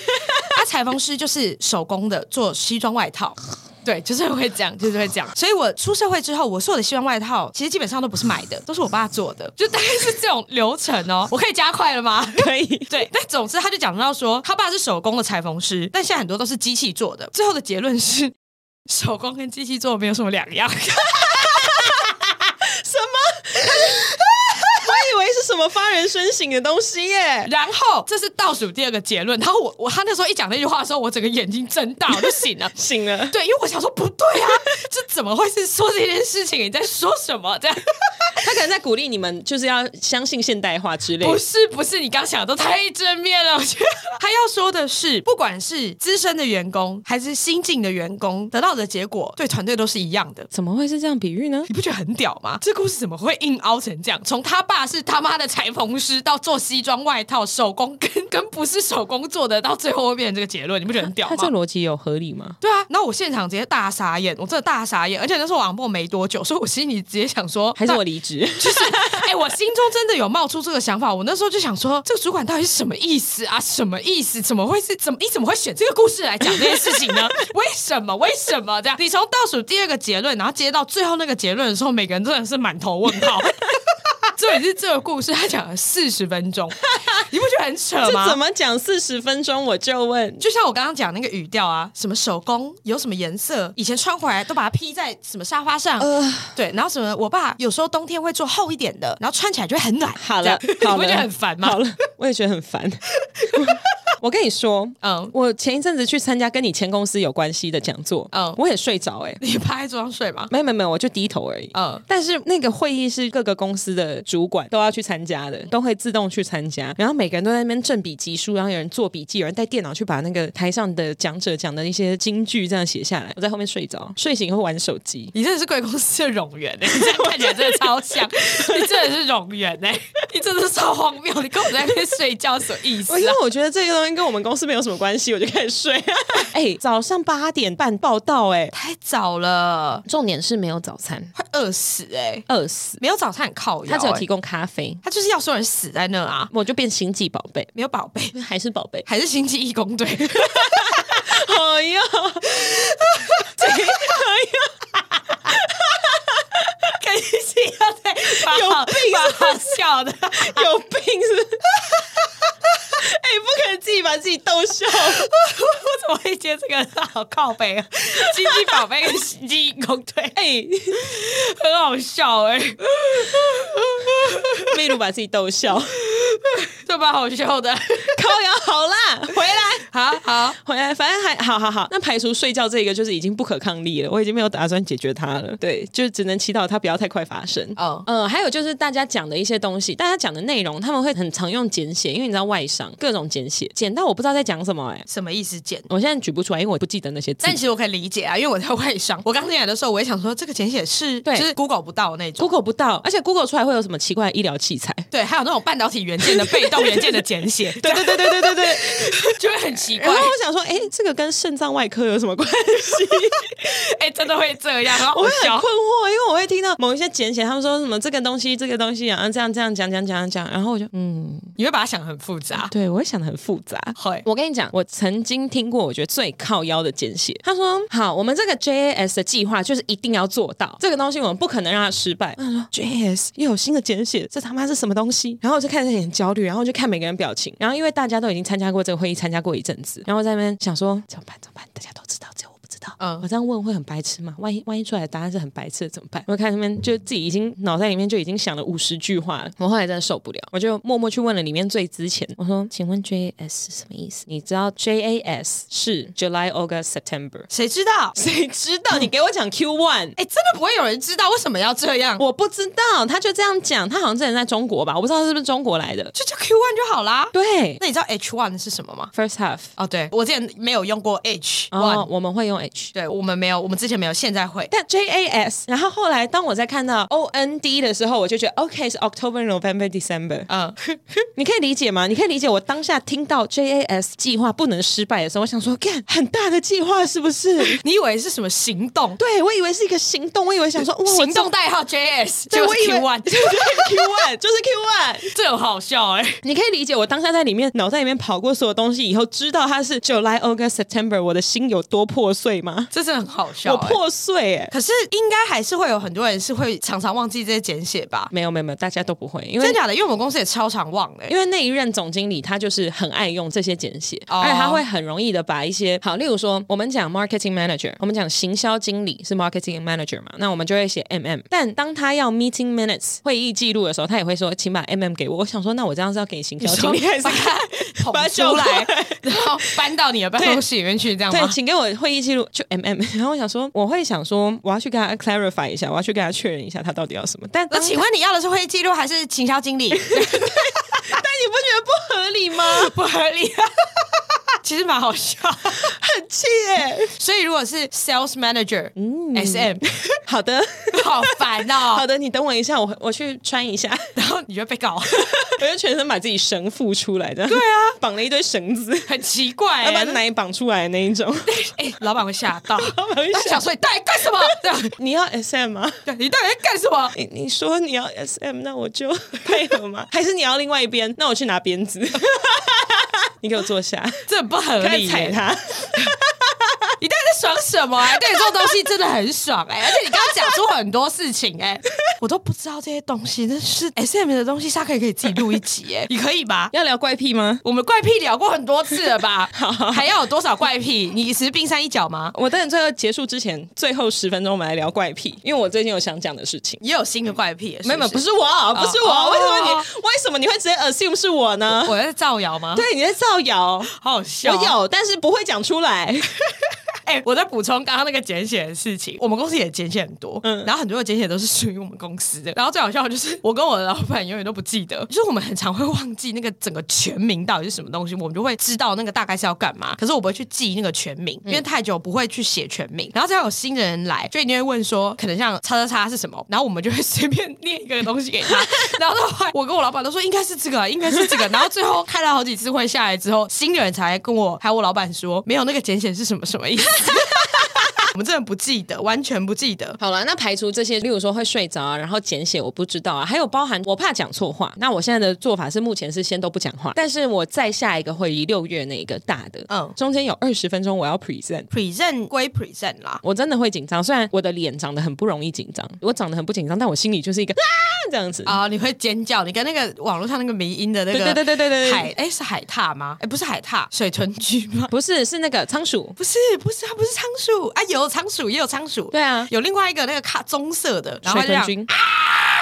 他裁缝师就是手工的，做西装外套。对，就是会这样，就是会这样。所以我出社会之后，我所有的西装外套其实基本上都不是买的，都是我爸做的， *laughs* 就大概是这种流程哦。我可以加快了吗？可以，对，但总之他就讲到说，他爸是手工的裁缝师，但现在很多都是机器做的。最后的结论是，手工跟机器做没有什么两样。我以为是什么么发人深省的东西耶。。*laughs* 然后这是倒数第二个结论。然后我我他那时候一讲那句话的时候，我整个眼睛睁大，我就醒了 *laughs* 醒了，对，因为我想说不对啊，这怎么会是说这件事情？你在说什么？这样他可能在鼓励你们，就是要相信现代化之类不的。是不是，你刚想的都太正面了。我觉得 *laughs* 他要说的是，不管是资深的员工还是新进的员工，得到的结果对团队都是一样的。怎么会是这样比喻呢？你不觉得很屌吗？这故事怎么会硬凹成这样？从他爸是他妈的裁缝师，到做西装外套、手工跟跟不是手工做的，到最后会变成这个结论，你不觉得很屌他吗？哎这逻辑有合理吗？对啊，然后我现场直接大傻眼，我真的大傻眼，而且那时候网播没多久，所以我心里直接想说，还是我到离职？ *laughs* 就是，哎、我心中真的有冒出这个想法，我那时候就想说，这个主管到底是什么意思啊？什么意思？怎么会是怎么？你怎么会选这个故事来讲这件事情 *laughs* 呢？为什么？为什么这样？你从倒数第二个结论，然后接到最后那个结论的时候，每个人真的是满头问号。 *laughs* 这也是这个故事，他讲了四十分钟，你不觉得很扯吗？这怎么讲？四十分钟我就问，就像我刚刚讲那个语调啊，什么手工有什么颜色，以前穿回来都把它披在什么沙发上，呃对，然后什么我爸有时候冬天会做厚一点的，然后穿起来就会很暖。好了这样，好你不了，觉得很烦吗好？了，我也觉得很 *laughs* 烦。我跟你说，嗯，我前一阵子去参加跟你前公司有关系的讲座，嗯我也睡着哎、你趴在桌上睡吗？没有没有没有，我就低头而已。嗯，但是那个会议是各个公司的主管都要去参加的，都会自动去参加。然后每个人都在那边正笔疾书，然后有人做笔记，有人带电脑去把那个台上的讲者讲的一些金句这样写下来。我在后面睡着，睡醒以后玩手机。你真的是贵公司的冗员哎、你这样看起来真的 *laughs* 超像，你真的是冗员哎、你真的是超荒谬，你跟我在那边睡觉什么意思我哦因啊？为我觉得这个东西跟我们公司没有什么关系，我就开始睡。 *laughs* 哎、早上八点半报道、哎，太早了，重点是没有早餐，快饿死哎、饿死。没有早餐很靠腰、他只有哎提供咖啡，他就是要所有人死在那啊，我就变星际宝贝，没有宝贝，。还是宝贝还是星际义工队。哎 *laughs* 呀，哎 *laughs* 肯定 *laughs* 是要在有病蛮好笑的。有病是不是？哎、不可能自己把自己逗 *laughs* 笑。我怎么会接这个？好靠背啊！星际宝贝跟星际义工 *laughs* 队哎、很好笑哎、秘鲁把自己逗 *laughs* 笑，这蛮好笑的。靠呀，好 *laughs* 啦，回来。 *laughs* 好好，回来，反正还好好好。那排除睡觉这个，就是已经不可抗力了，我已经没有打算解决它了。对，就只能祈祷它不要太快发生。哦呃，还有就是大家讲的一些东西，大家讲的内容，他们会很常用简写，因为你知道外商各种简写，简到我不知道在讲什么、哎，什么意思简？我现在举不出来，因为我不记得那些字但。其实我可以理解啊，因为我在外商，我刚进来的时候，我也想说这个简写是就对是 Google 不到那 *laughs* 种。Google 不到，而且 Google 出来会有什么奇怪的医疗器材？对，还有那种半导体元件的被动元件的简 *laughs* 写， *laughs* 对对对对对对对。就会很奇怪 *laughs* 然后。我想说，哎、这个跟肾脏外科有什么关 *laughs* 系？哎、真的会这样，很我好会很笑困。惑，因为我会听到某一些简写，他们说什么这个东西、这个东西，然后这样这样讲讲讲讲，然后我就嗯，你会把它想得很复杂。对我会想的很复杂。会，我跟你讲，我曾经听过我觉得最靠腰的简写，他说：“好，我们这个 JAS 的计划就是一定要做到这个东西，我们不可能让它失败。”他说：“JAS 又有新的简写，这他妈是什么东西？”然后我就看着很焦虑，然后就看每个人表情，然后因为大家都已经参加过这个会议，参加过一阵子，然后我在那边想说怎么办？怎么办？大家都知道，只有我不知道。嗯我这样问会很白痴吗？万一万一出来的答案是很白痴的怎么办？我看那边就自己已经脑袋里面就已经想了五十句话了，我后来真的受不了，我就默默去问了里面最之前，我说：“请问 JAS 是什么意思？你知道 JAS 是 July、August、September？” 谁知道？谁知道？你给我讲 Q one。哎、真的不会有人知道为什么要这样，我不知道，他就这样讲，他好像之前在中国吧，我不知道他是不是中国来的。就叫 Q one 就好啦。对那你知道 H one 是什么吗？ ，first half，哦，对，我之前没有用过 H 然 one，、我们会用 H，对我们没有，我们之前没有，现在会。但 JAS，然后后来当我在看到 OND 的时候，我就觉得 OK 是 October、November、December，啊嗯， *laughs* 你可以理解吗？你可以理解我当下听到 JAS 计划不能失败的时候，我想说，干很大的计划是不 *laughs* 是？你以为是什么行动？对我以为是一个行动，我以为想说，哇，行我动代号 JS，对就我是以 Q 为 *laughs* one，对 Q one 就是 Q one。这很好笑哎、你可以理解我当下在里面脑袋里面跑过所有东西以后，知道它是 July、August、September，我的心有多破碎吗？啊，这是很好笑、我欸。破碎哎、可是应该还是会有很多人是会常常忘记这些简写吧？没有没有没有，大家都不会，因为真假的？因为我们公司也超常忘的、欸因为那一任总经理他就是很爱用这些简写，哦而且他会很容易的把一些好，例如说我们讲 marketing manager，我们讲行销经理是 marketing manager 嘛，那我们就会写 mm。但当他要 meeting minutes 会议记录的时候，他也会说，请把 mm 给我。我想说，那我这样是要给行销经理还 *laughs* 是把它捧把它出叫来过，然后搬到你的办公室里面去，这样对，吗？请给我会议记录，就 M M。然后我想说，我会想说，我要去跟他 clarify 一下，我要去跟他确认一下他到底要什么。但那当请问你要的是会议记录还是行销 *laughs* 经理？但你不觉得不合理吗？ *laughs* 不合理、啊。其实蛮好笑，很气耶！所以如果是 sales manager，嗯，SM， *laughs* 好的，好烦哦、 *laughs* 好的，你等我一下，我我去穿一下，然后你就被告，我就全身把自己绳缚出来的。对啊，哎绑了一堆绳子，很奇怪、要欸。把奶绑出来的那一种。哎、老板会吓到，老板会他吓想 *laughs* 说你到底干什么？这样你要 S M 吗？对你到底在干什么？你你说你要 S M，那我就 *laughs* 配合吗？还是你要另外一边？那我去拿鞭子。 *laughs* 你给我坐下，这很不合开理、始欸踩他。你到底在爽什么、啊？对你做东西真的很爽哎、而且你刚刚讲出很多事情哎、我都不知道这些东西，那是 S M 的东西，下课也可以自己录一集 *laughs* 哎、你可以吧？ *laughs* 要聊怪癖吗？我们怪癖聊过很多次了 *laughs* 吧？还要有多少怪癖？你只是冰山一角吗？我等你最后结束之前，最后十分钟我们来聊怪癖，因为我最近有想讲的事情。也有新的怪癖欸，没有没有，不是我，啊不是我，哦为什么你、哦为什么你会直接 assume 是我呢？我在造谣吗？，对，你在造谣。好好笑哦我。哦有，但是不会讲出来。哎、我在补充刚刚那个简写的事情，我们公司也简写很多，嗯，然后很多的简写都是属于我们公司的。然后最好笑的就是，我跟我的老板永远都不记得，就是我们很常会忘记那个整个全名到底是什么东西，我们就会知道那个大概是要干嘛，可是我不会去记那个全名，因为太久不会去写全名。然后只要有新的人来，就一定会问说，可能像叉叉叉是什么，然后我们就会 *laughs* 随便念一个东西给他。然后的话，我跟我老板都说应该是这个啊，应该是这个。然后最后开了好几次会下来之后，新的人才跟我还有我老板说，没有那个简写是什么什么意思。我们真的不记得，完全不记得。好了，那排除这些，例如说会睡着啊，然后简写我不知道啊，还有包含我怕讲错话。那我现在的做法是，目前是先都不讲话，但是我再下一个会议，六月那个大的，嗯嗯，中间有二十分钟我要 present。 present 归 present 啦，我真的会紧张，虽然我的脸长得很不容易紧张，我长得很不紧张，但我心里就是一个啊这样子。啊、你会尖叫，你跟那个网络上那个迷音的那个对对对对对对海对，哎是海獭吗？哎不是海獭，水豚居 *laughs* 吗？不是是那个仓鼠，不是不是，它不是仓鼠啊，有仓鼠也有仓鼠，对啊有另外一个那个咖棕色的，然后水会这豚样君，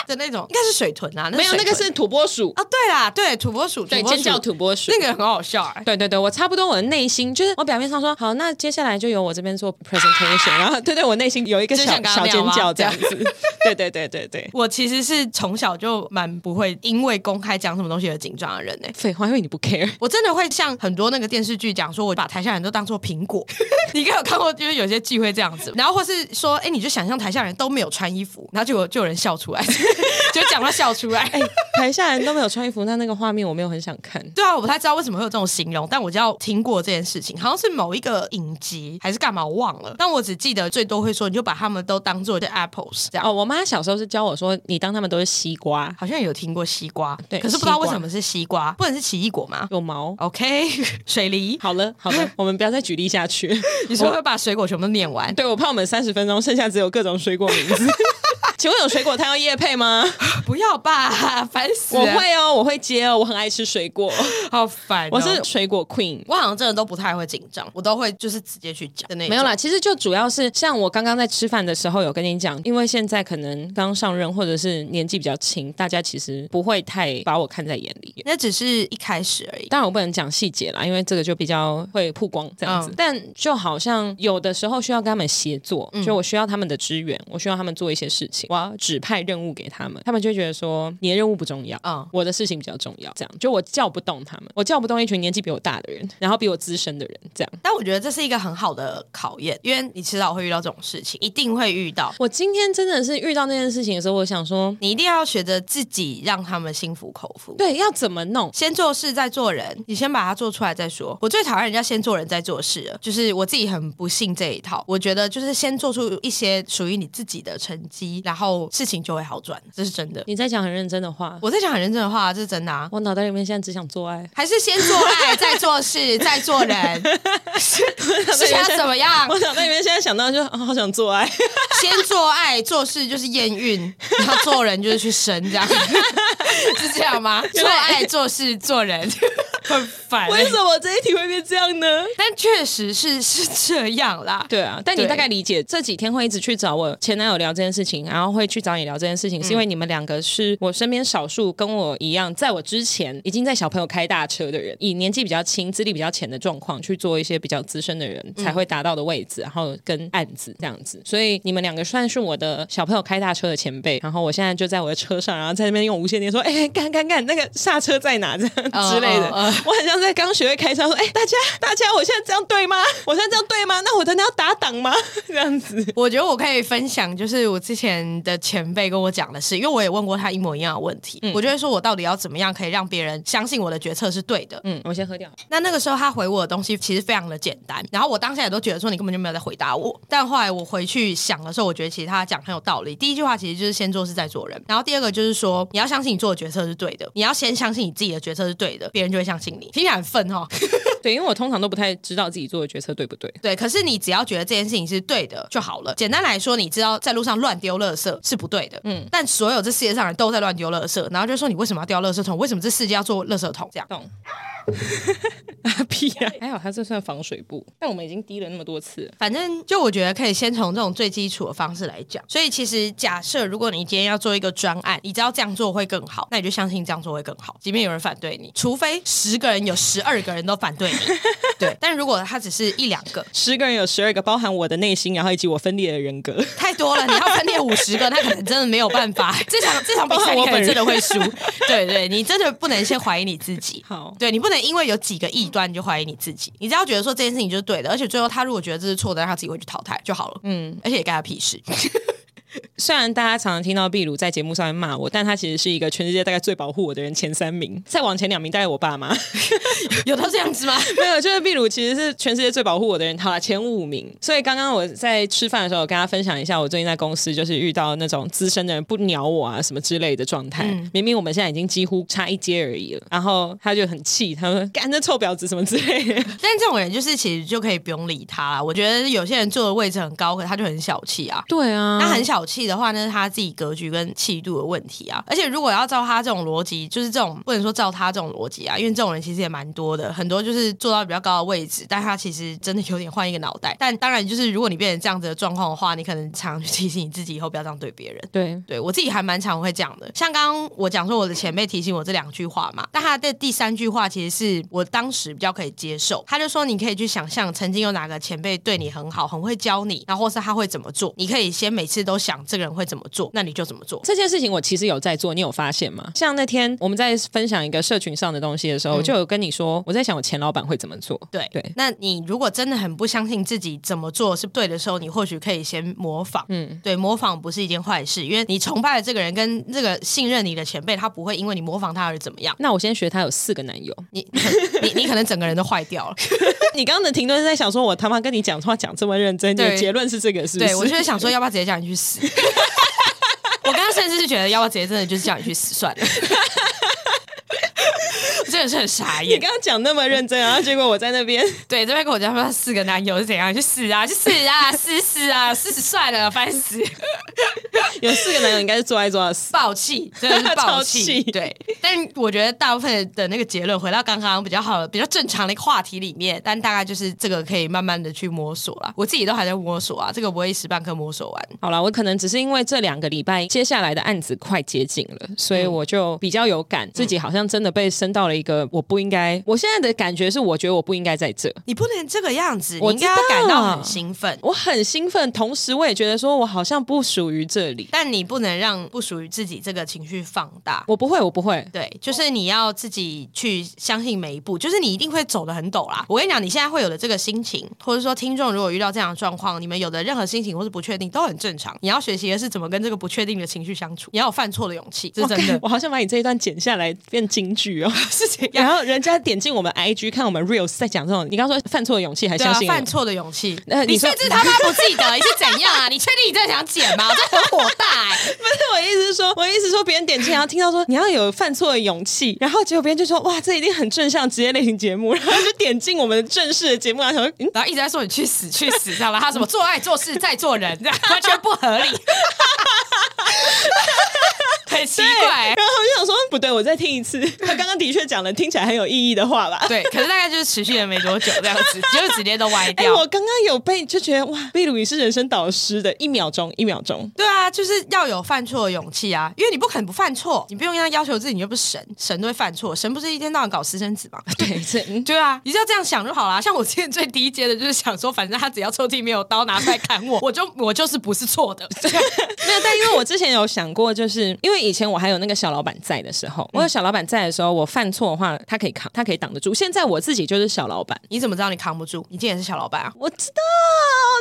的那种，应该是水豚啊，啊没有水那个豚是土拨鼠，啊，对啦，对土拨鼠，对，拨鼠尖叫土拨鼠那。个很好笑哎、对对对，我差不多，我的内心就是我表面上说好，那接下来就由我这边做 presentation，、然后对 *laughs* 对，我内心有一个就小像刚刚小那样尖吗叫这样子， *laughs* 对对对对对。我其实是从小就蛮不会因为公开讲什么东西而紧张的人哎、废话，因为你不 *laughs* care，我真的会像很多那个电视剧讲说，我把台下人都当做苹果。 *laughs* 你应该有看过，就是有些剧会这样子，然后或是说，哎、你就想象台下人都没有穿衣服，然后结果就有人笑出来， *laughs* 就讲到笑 *laughs* 出来。哎、台下人都没有穿衣服，那那个画面我没有很想看。对啊，我不太知道为什么会有这种形容，但我知道听过这件事情，好像是某一个影集还是干嘛，我忘了。但我只记得最多会说，你就把他们都当做就 apples 这样。哦，我妈小时候是教我说，你当他们都是西瓜，好像有听过西瓜，对可是不知道西为瓜什么是西瓜，不能是奇异果吗有毛。 ？OK，水 *laughs* 梨，好 *laughs* 了好了，我们不要再举例下去。你说会把水果全部都念完？对，我怕我们三十分钟剩下只有各种水果名 *laughs* 字。请问有水果摊要叶配吗？不要吧，烦死了！我会哦，我会接哦，我很爱吃水果， *laughs* 好烦哦、我是水果 queen。我好像真的都不太会紧张，我都会就是直接去讲的那种没有，啦，其实就主要是像我刚刚在吃饭的时候有跟你讲，因为现在可能刚上任或者是年纪比较轻，大家其实不会太把我看在眼里。那只是一开始而已。当然我不能讲细节啦，因为这个就比较会曝光这样子。嗯但就好像有的时候需要跟他们协作，就我需要他们的支援，我需要他们做一些事情，我要指派任务给他们，他们就会觉得说你的任务不重要，嗯我的事情比较重要。这样就我叫不动他们，我叫不动一群年纪比我大的人，然后比我资深的人这样。但我觉得这是一个很好的考验，因为你迟早会遇到这种事情，一定会遇到。我今天真的是遇到那件事情的时候，我想说，你一定要学着自己让他们心服口服。对，要怎么弄？先做事再做人，你先把它做出来再说。我最讨厌人家先做人再做事了，就是我自己很不信这一套。我觉得就是先做出一些属于你自己的成绩，然后事情就会好转，这是真的。你在讲很认真的话，我在讲很认真的话，这是真的啊。我脑袋里面现在只想做 *laughs* 爱。还是先做爱， *laughs* 再做事，再做 *laughs* 人，是是想怎么样？我脑袋里面现在想到就、哦好想做爱，先做爱，做事就是验孕，然后做人就是去生，这样 *laughs* 是这样吗？做爱、做事、做人， *laughs* 很烦为什么这一题会变这样呢？但确实是是这样啦。 *laughs* 对啊，但你对大概理解这几天会一直去找我前男友聊这件事情，然后会去找你聊这件事情，是因为你们两个是我身边少数跟我一样，在我之前已经在小朋友开大车的人，以年纪比较轻、资历比较浅的状况去做一些比较资深的人才会达到的位置，然后跟案子这样子。所以你们两个算是我的小朋友开大车的前辈，然后我现在就在我的车上，然后在那边用无线电说：“哎、干干干，那个刹车在哪？”这样嗯之类的。嗯嗯我很像在刚学会开车，说：“哎、大家，大家，我现在这样对吗？ *laughs* 我现在这样对吗？那我真的要打档吗？” *laughs* 这样子，我觉得我可以分享，就是我之前的前辈跟我讲的事，因为我也问过他一模一样的问题。我就会说，我到底要怎么样可以让别人相信我的决策是对的？嗯，我先喝掉。那那个时候他回我的东西其实非常的简单，然后我当下也都觉得说你根本就没有在回答我。但后来我回去想的时候，我觉得其实他讲很有道理。第一句话其实就是先做事再做人，然后第二个就是说你要相信你做的决策是对的，你要先相信你自己的决策是对的，别人就会相信你。听起来很愤哦哈，对，因为我通常都不太知道自己做的决策对不对。 *laughs* 对，可是你只要觉得这件事情是对的就好了。简单来说，你知道在路上乱丢垃圾是不对的，嗯，但所有这世界上人都在乱丢垃圾，然后就说你为什么要丢垃圾桶？为什么这世界要做垃圾桶？这样，懂。啊 *laughs* 屁啊！还好它这算防水布，但我们已经滴了那么多次了。反正就我觉得可以先从这种最基础的方式来讲。所以其实假设如果你今天要做一个专案，你知道这样做会更好，那你就相信这样做会更好，即便有人反对你，除非十个人有十二个人都反对你，对。但如果他只是一两个，十个人有十二个，包含我的内心，然后以及我分裂的人格。 *laughs* 太多了，你要分裂五十个，那可能真的没有办法。这场这场比赛你可能真的会输。对对，你真的不能先怀疑你自己。好对你不能因为有几个异端你就怀疑你自己。你只要觉得说这件事情就是对的，而且最后他如果觉得这是错的，让他自己会去淘汰就好了。嗯，而且也干他屁事。虽然大家常常听到秘鲁在节目上面骂我，但他其实是一个全世界大概最保护我的人前三名，再往前两名大概我爸妈。有到这样子吗？ *laughs* 没有，就是秘鲁其实是全世界最保护我的人，好了，前五名。所以刚刚我在吃饭的时候，我跟他分享一下，我最近在公司就是遇到那种资深的人不鸟我啊什么之类的状态。明明我们现在已经几乎差一阶而已了，然后他就很气，他说：“干这臭婊子什么之类的。 *laughs* 但这种人就是其实就可以不用理他啦。我觉得有些人坐的位置很高，可是他就很小气啊”。对啊他很小气的话，那是他自己格局跟气度的问题啊。而且如果要照他这种逻辑，就是这种不能说照他这种逻辑啊，因为这种人其实也蛮多的，很多就是坐到比较高的位置，但他其实真的有点换一个脑袋。但当然，就是如果你变成这样子的状况的话，你可能常常去提醒你自己以后不要这样对别人。对。对我自己还蛮常会这样的，像刚刚我讲说我的前辈提醒我这两句话嘛，但他的第三句话其实是我当时比较可以接受，他就说你可以去想象曾经有哪个前辈对你很好，很会教你，然后或是他会怎么做，你可以先每次都想这个人会怎么做，那你就怎么做。这件事情我其实有在做，你有发现吗？像那天我们在分享一个社群上的东西的时候，我就有跟你说，我在想我前老板会怎么做。对对那你如果真的很不相信自己怎么做是对的时候，你或许可以先模仿。嗯，对，模仿不是一件坏事，因为你崇拜的这个人跟这个信任你的前辈，他不会因为你模仿他而怎么样。那我先学他有四个男友。你你你可 *laughs* 能整个人都坏掉了。你刚刚的停顿是在想说，我他妈跟你讲话讲这么认真，你的对结论是这个是不是？对，我就是想说，要不要直接叫你去死？ *laughs* 我刚刚甚至是觉得，要不要直接真的就是叫你去死算了。 *laughs* 真的是很傻你眼。刚刚讲那么认真，然后结果我在那 *laughs* 边，对，这边跟我讲说他四个男友是怎样，去死啊，去死啊， *laughs* 死死啊，死死算了，烦死，有四个男友应该是做爱做到死。 *laughs* 暴气，真的是暴超气。气对， *laughs* 但我觉得大部分的那个结论，回到刚刚比较好的、比较正常的一个话题里面，但大概就是这个可以慢慢的去摸索啦。我自己都还在摸索啊，这个不会一时半刻摸索完。好了，我可能只是因为这两个礼拜接下来的案子快接近了，所以我就比较有感，自己好像真的被升到了一个我不应该。我现在的感觉是，我觉得我不应该在这。你不能这个样子，你我应该要知道感到很兴奋。我很兴奋，同时我也觉得说我好像不属于这里。但你不能让不属于自己这个情绪放大。我不会，我不会，对对，就是你要自己去相信每一步，就是你一定会走得很陡啦。我跟你讲，你现在会有的这个心情，或者说听众如果遇到这样的状况，你们有的任何心情或是不确定都很正常。你要学习的是怎么跟这个不确定的情绪相处，你要有犯错的勇气，这是真的 *laughs* 我。我好想把你这一段剪下来变金句 *laughs* 哦。是这样，然后人家点进我们 IG 看我们 Reels 在讲这种，你刚说犯错 *laughs* 的勇气，还对相啊，信我犯错的勇气。呃你你说甚至他妈不记得，你是怎样啊？你确定你真的想剪 *laughs* 吗？我真的很火大哎、不是我的意思是说，我的意思是说，别人点进来然后听到说你要有犯错的勇气，然后结果别人就说哇，这一定很正向职业类型节目， *laughs* 然后就点进我们的正式的节目，然后想说嗯。然后一直在说你去死去死，知道吧？他什么做爱做事再做人，这样完全不合理， *laughs* 很奇怪、欸然后我就想说，不对，我再听一 *laughs* 次。他刚刚的确讲了听起来很有意义的话吧？对，可是大概就是持续了没多久这样子，就是直接都歪哎、掉。我刚刚有被就觉得哇，秘鲁你是人生导师的一秒钟，一秒钟。对啊，就是要有犯错的勇气啊，因为你不肯不犯错，你不用要要求自己，你又不是神，神都会犯错，神不是一天到晚搞私生子吗？ *laughs* 对，这嗯对啊，你就要这样想就好啦。像我之前最低阶的就是想说，反正他只要抽屉没有刀拿出来砍我，我就我就是不是错的。 *laughs* *laughs* 没有，但因为我之前有想过，就是因为以前我还有那个小老板在的时候，我有小老板在的时候，我犯错的话，他可以扛，他可以挡得住。现在我自己就是小老板，你怎么知道你扛不住？你今天也是小老板啊，我知道，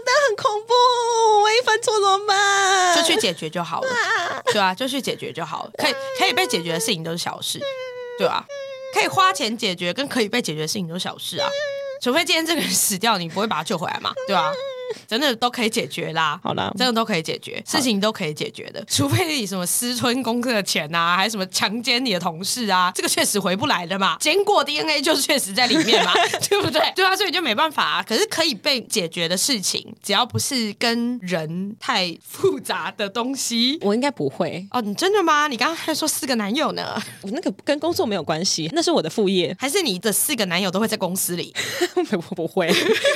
但很恐怖，万一犯错怎么办？就去解决就好了，对啊，就去解决就好了。可以可以被解决的事情都是小事，对啊，可以花钱解决跟可以被解决的事情都是小事啊。嗯除非今天这个人死掉，你不会把他救回来嘛？对啊，真的都可以解决啦。好啦。真的都可以解决，事情都可以解决的，除非你什么私吞公司的钱啊，还是什么强奸你的同事啊，这个确实回不来的嘛。坚果 DNA 就是确实在里 *laughs* 面嘛，对不对？对啊，所以就没办法啊。可是可以被解决的事情，只要不是跟人太复杂的东西。我应该不会，哦，你真的吗？你刚刚还说四个男友呢，我那个跟工作没有关系，那是我的副业， *laughs* 还是你的四个男友都会在公司里？我不会，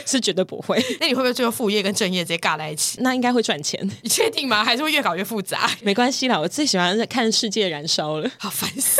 是绝对不会。那你会不会最后副业跟正业直接尬在一起？那应该会赚钱，你确定吗？还是会越搞越复杂？没关系啦。我最喜欢是看世界燃烧了。好烦死！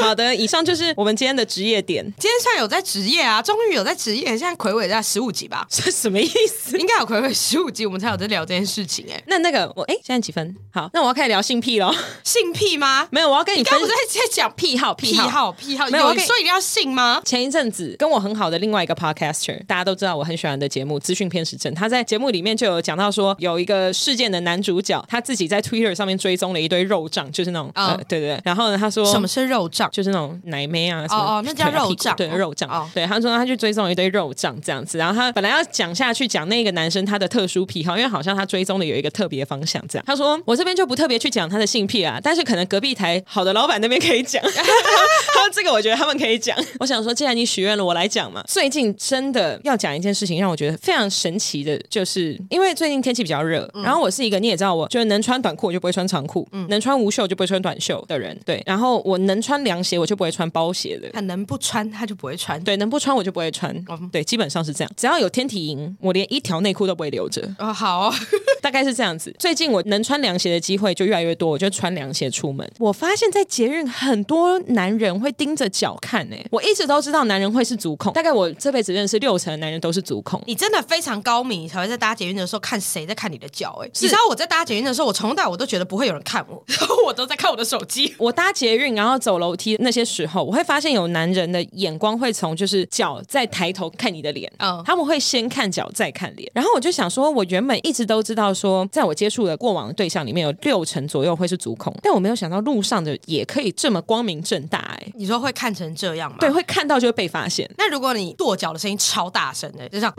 好的，以上就是我们今天的职业点，，*laughs* 今天算有在职业啊，终于有在职业，现在魁伟在十五集吧这什么意思？应该有魁伟十五集，我们才有在聊这件事情、哎，那那个我哎、现在几分？好，那我要开始聊性癖喽。性癖吗？没有，我要跟你你刚分不是在在讲癖好癖癖好。好癖好？没有我有可以说一定要性吗？前一阵子跟我很好的另外一个 podcaster，大家都知道我很喜欢的节目《资讯偏食证》，他在节目里面就有讲到说，有一个事件的男主角，他自己在 Twitter 上面追踪了一堆肉账，就是那种、哦呃，对对对。然后呢，他说什么？是肉胀？就是那种奶妹啊，什么哦哦那叫肉 *laughs* 屁股账对哦肉账。哦对，他说他去追踪一堆肉账这样子，然后他本来要讲下去讲那个男生他的特殊癖好，因为好像他追踪的有一个特别方向这样。他说我这边就不特别去讲他的性癖啊，但是可能隔壁台好的老板那边可以讲。他说这个我觉得他们可以讲。 *laughs* 我想说，既然你许愿了，我来讲嘛。最近真的要讲一件事情，让我觉得非常神奇的，就是因为最近天气比较热，然后我是一个你也知道，我就是能穿短裤我就不会穿长裤，能穿无袖就不会穿短袖的人，对。然后我能穿凉鞋我就不会穿包鞋的，他能不穿他就不会穿。对，能不穿我就不会穿，对，基本上是这样。只要有天体营，我连一条内裤都不会留着，哦，好哦，大概是这样子。最近我能穿凉鞋的机会就越来越多，我就穿凉鞋出门。我发现，在捷运很多男人会盯着脚看、欸，我一直都知道男人会是足控，大概我这辈子认识六成的男人都是足控。你真的非常高明，你才会在搭捷运的时候看谁在看你的脚、哎，你知道我在搭捷运的时候，我从头到尾我都觉得不会有人看我，然 *laughs* 后我都在看我的手机。我搭捷运，然后走楼梯那些时候，我会发现有男人的眼光会从就是脚再抬头看你的脸，嗯他们会先看脚再看脸。然后我就想说，我原本一直都知道说，在我接触的过往的对象里面有六成左右会是足控，但我没有想到路上的也可以这么光明正大、欸，你说会看成这样吗？对，会看到就会被发现。那如果你跺脚的声音超大声的，就像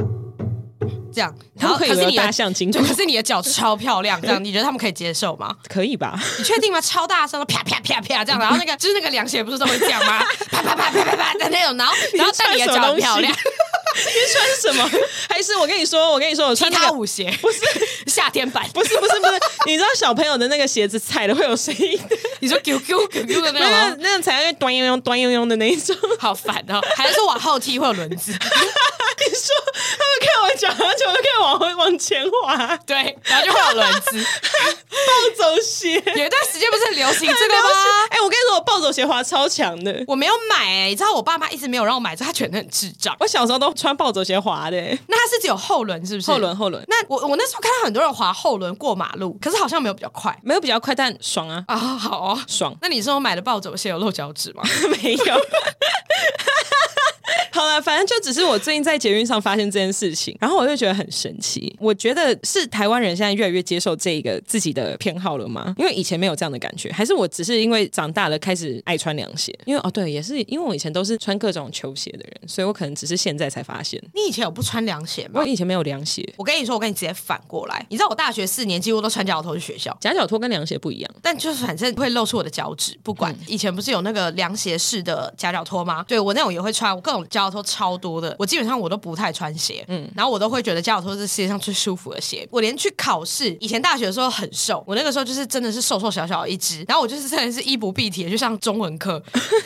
这样，他然后们可可以是有你的大象经 *laughs* 就过可，是你的脚超漂亮，这样你觉得他们可以接受吗？可以 *laughs* 吧？你确定吗？超大声的啪啪啪啪这样，然后那个就是那个凉鞋不是都会这样吗？啪啪啪啪啪啪的那种，然后然后但你的脚很漂 *laughs* 亮，你穿什么？还是我跟你说，我跟你说，我踢穿那踏个。舞鞋 *laughs* 不是 *laughs* 夏天版，不是不是不 *laughs* 是，你知道小朋友的那个鞋子踩了会有声音的，你说 QQ QQ 的 *laughs* 那那种个，那个踩下去端悠悠端悠悠的那一种。 *laughs* 好烦哦，还是往后踢会有轮子？你说他们看我脚，然后就会看往回往往前滑，对，然后就会有轮子。暴走鞋。 *laughs* 有一段时间不是 *laughs* 很流行这这个个吗？哎、我跟你说，我暴走鞋滑超强的。我没有买、欸，你知道我爸妈一直没有让我买，所以他觉得很智障。我小时候都穿暴走鞋滑的、那它是只有后轮是不是？后轮后轮那我我那时候看到很多人滑后轮过马路，可是好像没有比较快没有比较快，但爽 *laughs* 啊，啊、好哦，爽那你说我买的暴走鞋有露脚趾吗？ *laughs* *laughs* 没有。好了，反正就只是我最近在捷运上发现这件事情，然后我就觉得很神奇。我觉得是台湾人现在越来越接受这个自己的偏好了吗？因为以前没有这样的感觉，还是我只是因为长大了开始爱穿凉鞋？因为哦，对，也是因为我以前都是穿各种球鞋的人，所以我可能只是现在才发现，你以前有不穿凉鞋吗我？以前没有凉鞋，我跟你说，我跟你直接反过来，你知道我大学四年几乎都穿脚头去学校。夹脚拖跟凉鞋不一样。但就是反正会露出我的脚趾，不管、以前不是有那个凉鞋式的夹脚拖吗？对我那种也会穿，我各种夹脚拖超多的，我基本上我都不太穿鞋，嗯，然后我都会觉得夹脚拖是世界上最舒服的鞋。我连去考试，以前大学的时候很瘦，我那个时候就是真的是瘦瘦小小的一只，然后我就是真的是衣不蔽体地去上中文课，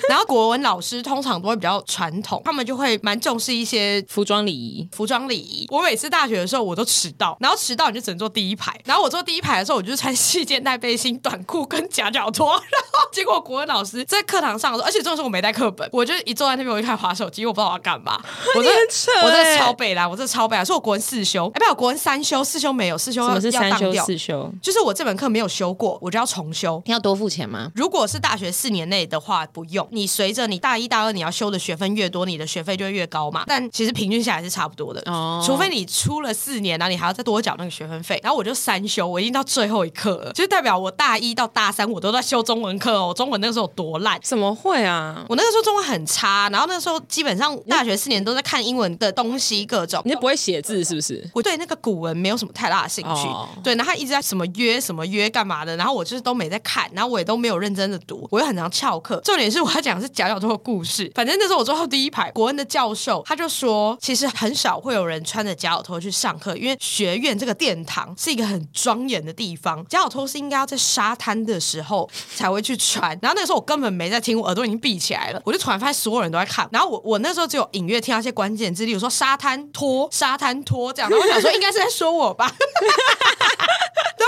然后国文老师通常都会比较传统，他们就会蛮重视一些服装礼仪，服装礼仪。我每次大学的时候我都迟到，然后迟到你就只能坐第一排。然后我坐第一排的时候，我就是穿细肩带背心、短裤跟夹脚拖。然后结果国文老师在课堂上的时候，而且重点是我没带课本，我就一坐在那边我就开始划手机，我不知道我要干嘛。我真 *laughs* 的你很扯欸我真的超北啦，我真的超北啦，所以我国文四修，哎，不对，我国文三修，四修没有，四修什要么是要三当修掉。四修？就是我这门课没有修过，我就要重修。要多付钱吗？如果是大学四年内的话，不用。你随着你大一、大二你要修的学分越多，你的学费就会越高嘛。但其实平均下来是差不多的，哦除非你出了四年，然后你还要再多缴那个学分费。然后我就三修，我已经到最后一课了，就是代表我大一到大三我都在修中文课哦。我中文那个时候有多烂。怎么会啊？我那个时候中文很差，然后那个时候基本上大学四年都在看英文的东西，各种你。就不会写字是不是？我对那个古文没有什么太大的兴趣。哦对，然后他一直在什么约什么约干嘛的，然后我就是都没在看，然后我也都没有认真的读，我又很常翘课。重点是我要讲的是贾小偷的故事。 *laughs* 反正那时候我坐后第一排，国文的教授他就说，其实很少会有人穿着贾小偷去上课，因为学院这个殿堂是一个很庄严的地方，贾小偷是应该要在沙滩的时候才会去穿。然后那个时候我根本没在听，我耳朵已经闭起来了，我就突然发现所有人都在看。然后我我那时候只有隐约听到一些关键字，例如说沙滩拖、沙滩拖这样。然后我想说应该是在说我吧。然啊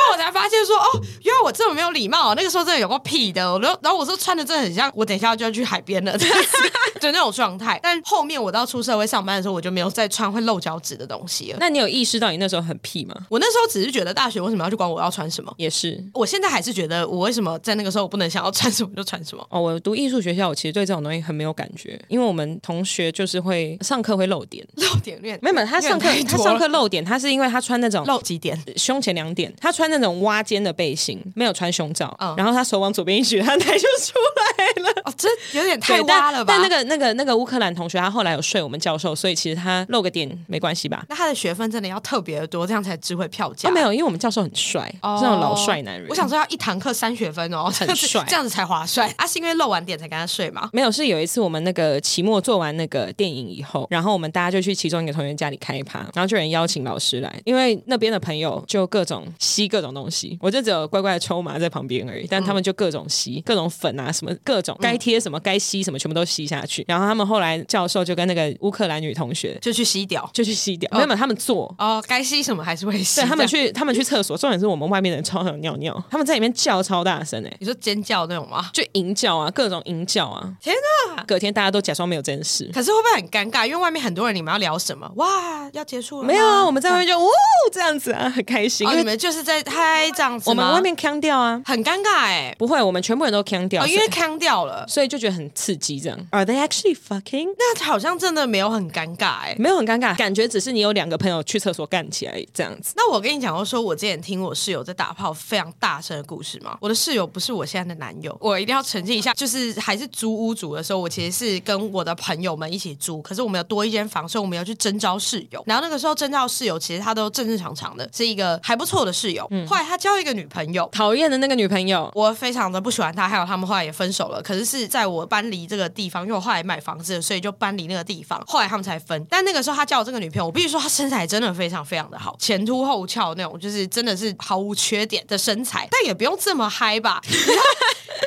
后我才发现说，哦，原来我这么没有礼貌、啊那个时候真的有个屁的，我哦然后然后我说穿的真的很像，我等一下就要去海边了，这样 *laughs* 子就那种状态。但后面我到出社会上班的时候，我就没有再穿会露脚趾的东西了。那你有意识到你那时候很屁吗？我那时候只是觉得大学为什么要去管我要穿什么？也是我现在还是觉得我为什么在那个时候我不能想要穿什么就穿什么？哦，我读艺术学校，我其实对这种东西很没有感觉，因为我们同学就是会上课会漏点，露点恋没有没有，他上课有点太他多上了课漏点，他是因为他穿那种露几点？胸前两点，他穿那种挖肩的背心，没有穿胸罩，嗯然后他手往左边一举，他奶就出来了。哦，这有点太对但挖了吧？但那个那个那个乌克兰同学，他后来有睡我们教授，所以其实他漏个点没关系吧？那他的学分真的要特别多，这样才值回票价。啊，没有，因为我们教授很帅，哦是那种老帅男人。我想说要一堂课三学分哦，很这样子帅这样子才划算啊！是因为漏晚点才跟他睡嘛？没有，是有一次我们那个期末做完那个电影以后，然后我们大家就去其中一个同学家里开趴，然后就有人邀请老师来，因为那边的朋友就各种吸各种东西，我就只有乖乖的抽麻在旁边而已，嗯但他们就各种吸、各种粉啊，什么各种该贴什么该吸什么，全部都吸下去。然后他们后来教授就跟那个乌克兰女同学就去吸掉就去吸掉，没有，没有他们做。哦，该吸什么还是会吸。对他们这样，去，他们去厕所，重点是我们外面的人超想尿尿，他们在里面叫超大声哎、你说尖叫那种吗？就淫叫啊，各种淫叫啊，天哪！隔天大家都假装没有这件事。可是会不会很尴尬？因为外面很多人，你们要聊什么？哇，要结束了吗？没有啊，我们在外面就呜这样子啊， *laughs* 很开心，哦，你因为们就是在嗨这样子我们吗外面腔掉啊，很尴尬哎、不会，我们全部人都腔掉，哦，因为所以腔掉了，所以就觉得很刺激。这样，Are they actually fucking？那好像真的没有很尴尬哎、没有很尴尬，感觉只是你有两个朋友去厕所干起来这样子。那我跟你讲，我说我之前听我室友在打炮非常大声的故事嘛。我的室友不是我现在的男友，我一定要澄清一下，就是还是租屋主的时候，我其实是跟我的朋友们一起租，可是我们有多一间房，所以我们要去征招室友。然后那个时候征招室友，其实他都正正常常的，是一个还不错的室友。后来他交一个女朋友，讨厌的那个女朋友，我非常的不喜欢他，还有他们后来也分手了。可是是在我搬离这个地方，因为我后来买房子了，所以就搬离那个地方。后来他们才分。但那个时候他交我这个女朋友，我必须说她身材真的非常非常的好，前凸后翘那种，就是真的是毫无缺点的身材，但也不用这么嗨吧。 *laughs*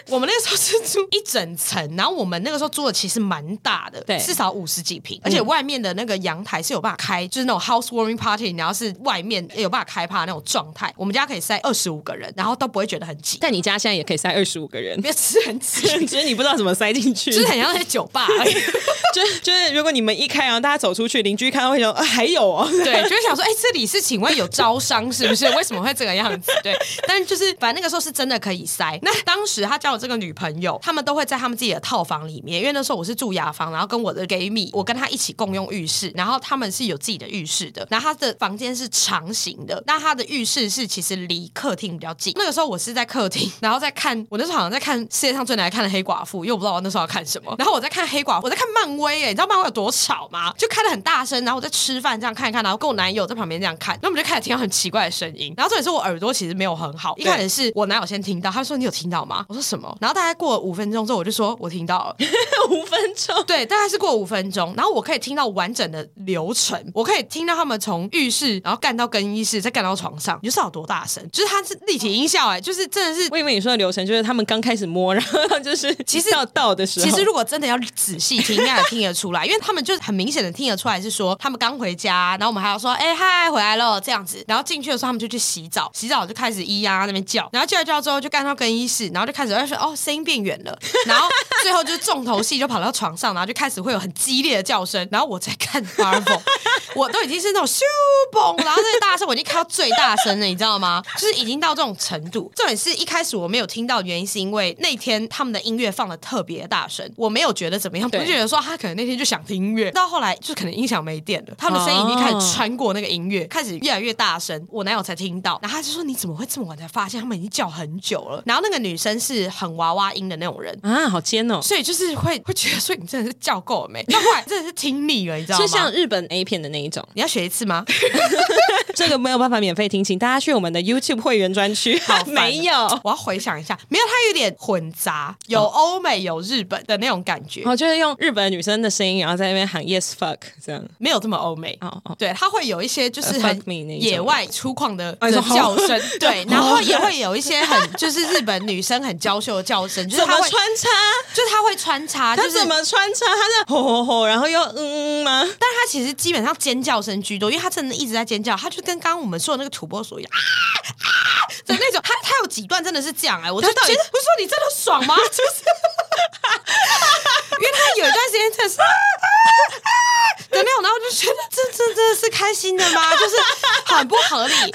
我们那时候是租一整层，然后我们那个时候租的其实蛮大的，对至少五十几平，而且外面的那个阳台是有办法开，就是那种 housewarming party，然后是外面有办法开趴那种状态。我们家可以塞二十五个人，然后都不会觉得很挤，但你家现在也可以塞二十五个 *laughs* 人，别吃很挤，只是你不知道怎么塞进去。 *laughs* 就是很像在酒吧而已。就是就是，如果你们一开，然后大家走出去，邻居看到会说、啊、还有哦， *laughs* 对，就会想说，哎、这里是请问有招商是不是？为什么会这个样子？对，但就是反正那个时候是真的可以塞。那当时他交我这个女朋友，他们都会在他们自己的套房里面，因为那时候我是住雅房，然后跟我的 gay 蜜，我跟他一起共用浴室，然后他们是有自己的浴室的，然后他的房间是长形的，那他的浴室是其实离客厅比较近。那个时候我是在客厅， *laughs* 然后在看，我那时候好像在看世界上最难看的黑寡妇，因为我不知道我那时候要看什么，然后我在看黑寡妇，我在看漫威、哎，你知道漫威有多吵吗？就看得很大声，然后我在吃饭这样看一看，然后跟我男友在旁边这样看，那我们就开始听到很奇怪的声音，然后重点是我耳朵其实没有很好，一开始是我男友先听到，他说你有听到吗？我说什么？然后大概过了五分钟之后，我就说我听到了，五分钟。对，大概是过五分钟，然后我可以听到完整的流程，我可以听到他们从浴室，然后干到更衣室，再干到床上，你知道有多大声？就是它是立体音效、哎，就是真的是。我以为你说的流程就是他们刚开始摸，然后就是其实到到的时候，其实如果真的要仔细听，应该也听得出来，因为他们就是很明显的听得出来，是说他们刚回家，然后我们还要说，哎、嗨，回来了这样子。然后进去的时候，他们就去洗澡，洗澡就开始咿呀那边叫，然后叫一叫之后就干到更衣室，然后就开始哎说，哦，声音变远了，然后最后就是重头戏就跑到床上，然后就开始会有很激烈的叫声，然后我在看 Marvel，我都已经是那种咻嘣，然后那个大声我已经开到最大声了，你知道吗？就是已经到这种程度。重点是一开始我没有听到，原因是因为那天他们的音乐放的特别大声，我没有觉得怎么样，我对就觉得说他可能那天就想听音乐。到后来就可能音响没电了，他们的声音已经开始穿过那个音乐，开始越来越大声，我男友才听到，然后他就说你怎么会这么晚才发现？他们已经叫很久了。然后那个女生是很娃娃音的那种人。啊，好尖哦。所以就是会 *laughs* 会觉得说你真的是叫够了没？那后来真的是听腻了，你知道吗？就像日本 A 片的那一种，你要学一 *laughs* 次吗？这个没有办法免费听，请大家去我们的 YouTube 会员专区。好 *laughs* 烦没有，哦我要回想一下，没有，它有点混杂，有欧美有日本的那种感觉，我哦就是用日本女生的声音，然后在那边喊 Yes fuck 这样。没有这么欧美。哦哦，对，它会有一些就是呃 fuck 很 me 那一种野外粗犷的哎的好哦叫声， *laughs* 对，然后也会有一些很就是日本女生很娇羞的叫声，就是怎她么会，穿插？就是她会穿插，就他是怎么穿插？他在吼吼吼，然后又嗯嗯吗？但他其实基本上尖叫声居多，因为他真的一直在尖叫，他就跟刚刚我们说的那个土拨鼠一样啊啊的那种。他他有几段真的是这样哎、我就他到底觉得我说你真的爽吗？ *laughs* 就是，因为他有一段时间真的是啊啊啊的那种，然后我就觉得这这真的是开 *laughs* 心的吗？就是很不合理，而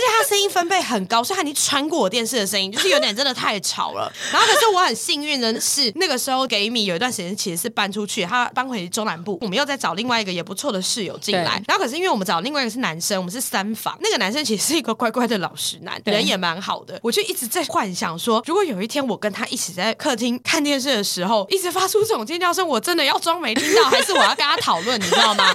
且他声音分贝很高，所以他已经穿过我电视的声音，就是有点真的太吵了。然后可是我很幸运的是，那个时候给米有一段时间其实是搬出去，他搬回中南部，我们又再找另外一个也不错的室友进来对。然后可是因为我们找另外一个是男生，我们是三房，那个男生其实是一个乖乖的老实男，对人也蛮好的。我就一直在幻想说，如果有一天我跟他一起在客厅看电视的时候，一直发出这种尖叫声，我真的要装没听到，还是我要跟他讨论，你知道吗？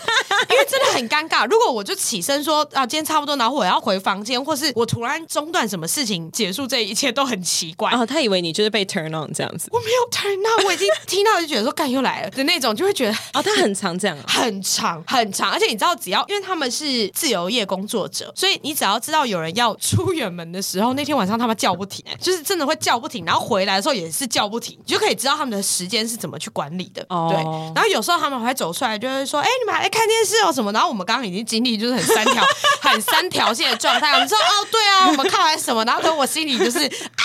因为真的很尴尬。如果我就起身说啊，今天差不多，然后我要回房间，或是我突然中断什么事情，结束这一切都很奇怪。哦，他以为你就是被 turn on 这样子。我没有 turn on，我已经听到就觉得说干又来了的那种，就会觉得哦，他很常 *laughs* 这样啊。很长很长，而且你知道，只要因为他们是自由业工作者，所以你只要知道有人要出远门的时候，那天晚上他们叫不停、欸就是真的会叫不停，然后回来的时候也是叫不停，你就可以知道他们的时间是怎么去管理的。哦对，然后有时候他们还走出来，就会说：“哎、你们还在看电视哦什么？”然后我们刚刚已经经历就是很三条 *laughs* 很三条线的状态，我们说：“哦，对啊，我们看完什么？”然后可我心里就是啊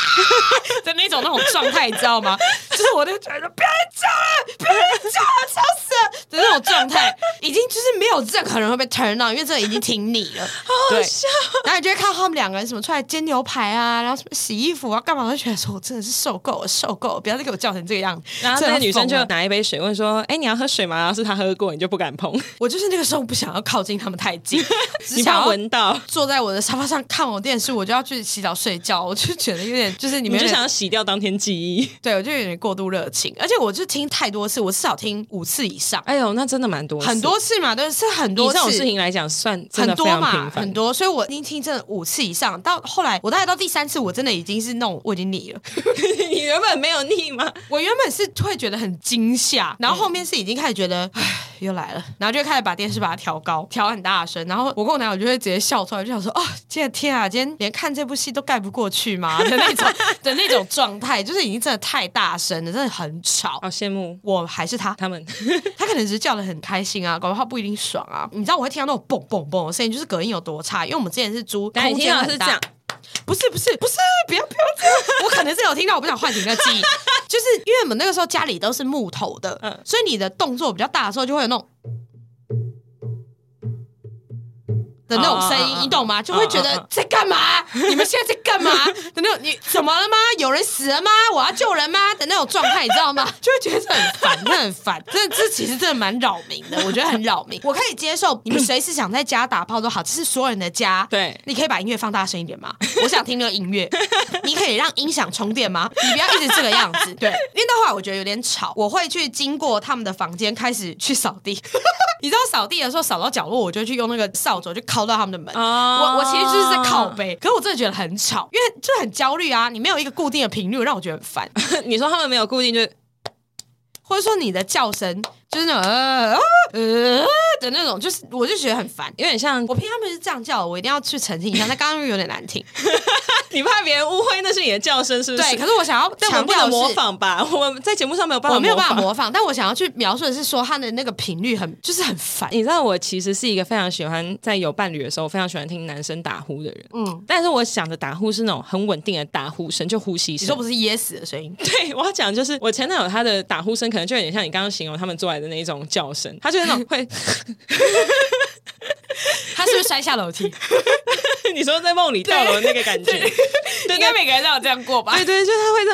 的那种那种状态，你知道吗？就是我就觉得不要再叫了，不要再叫了，吵死了的那种状态，已经就是没有任何人会被 turn on，因为这已经挺腻 *laughs* 了。对，然后你就会看到他们两个人什么出来煎牛排啊，然后什么洗衣服啊，干嘛？我就觉得说我真的是受够了，受够了，不要再给我叫成这个样子。然后那个女生真的疯就了拿一杯水问说：“哎、你要喝水吗？”然后是她喝 *laughs* 过，你就不敢碰，我就是那个时候不想要靠近他们太 *laughs* 近，只你想怕要闻到，坐在我的沙发上看我电视，我就要去洗澡睡觉，我就觉得有点就是你你们有就点想要洗掉当天记忆。对我就有点过度热情，而且我就听太多次，我至少听五次以上，哎呦，那真的蛮多次，很多次嘛，对，是很以多这种次。事情来讲，算真很的非多常嘛，频很繁。多，所以我已经听这五次以上，到后来我大概到第三次，我真的已经是那种我已经腻了。 *laughs* 你原本没有腻吗？我原本是会觉得很惊吓，然后后面是已经开始觉得，唉，又来了，然后就会开始把电视把它调高，调很大声，然后我跟我男友就会直接笑出来，就想说哦，今天天啊，今天连看这部戏都盖不过去嘛的 *laughs* 那种的那种状态，就是已经真的太大声了，真的很吵。好羡慕我还是他，他们。他可能只是叫的很开心啊，搞不好不一定爽啊。你知道我会听到那种嘣嘣嘣的声音，就是隔音有多差，因为我们之前是租但空你听间到很的是这大样，不是不是不是，不要不要这样， *laughs* 我可能是有听到，我不想唤醒那个记忆，就是因为我们那个时候家里都是木头的，嗯所以你的动作比较大的时候就会有那种。嗯的那种声音哦哦哦你懂吗？就会觉哦哦得哦在干嘛？你们现在在干嘛？的那种，你怎么了吗？有人死了吗？我要救人吗？的那种状态，你知道吗？就会觉得很烦，真的很烦。真的，这其实真的蛮扰民的，我觉得很扰民。我可以接受你们随时想在家打炮都好，这是所有人的家，对你可以把音乐放大声一点吗？我想听那个音乐。你可以让音响充电吗？你不要一直这个样子。对，因为到后来我觉得有点吵，我会去经过他们的房间开始去扫地。你知道扫地的时候扫到角落，我就去用那个扫帚去敲到他们的门。哦我我其实就是在靠 *laughs* 背，可是我真的觉得很吵，因为就很焦虑啊。你没有一个固定的频率，让我觉得很烦。你说他们没有固定，就是或者说你的叫声就是那种呃呃呃的那种，就是我就觉得很烦。有点像我平常不是这样叫的，我一定要去澄清一下。那刚刚有点难听， *laughs* 你怕别人误会那是你的叫声，是不是？ *laughs* 对。可是我想要但我强们不调能的模是，仿吧？我们在节目上没有办法，我没有办法。模仿，但我想要去描述的是说它的那个频率很，就是很烦。 *laughs* 你知道我其实是一个非常喜欢在有伴侣的时候，我非常喜欢听男生打呼的人。嗯，但是我想的打呼是那种很稳定的打呼声，就呼吸你声。说不是噎死的声音， *laughs* 对，我要讲就是我前男友他的打呼声，可能就有点像你刚刚形容他们做来的那一种叫声，他就是那种会， *laughs* 他是不是摔下楼梯？你说在梦里跳楼的那个感觉，对应该每个人都有这样过吧？对对，就是他会这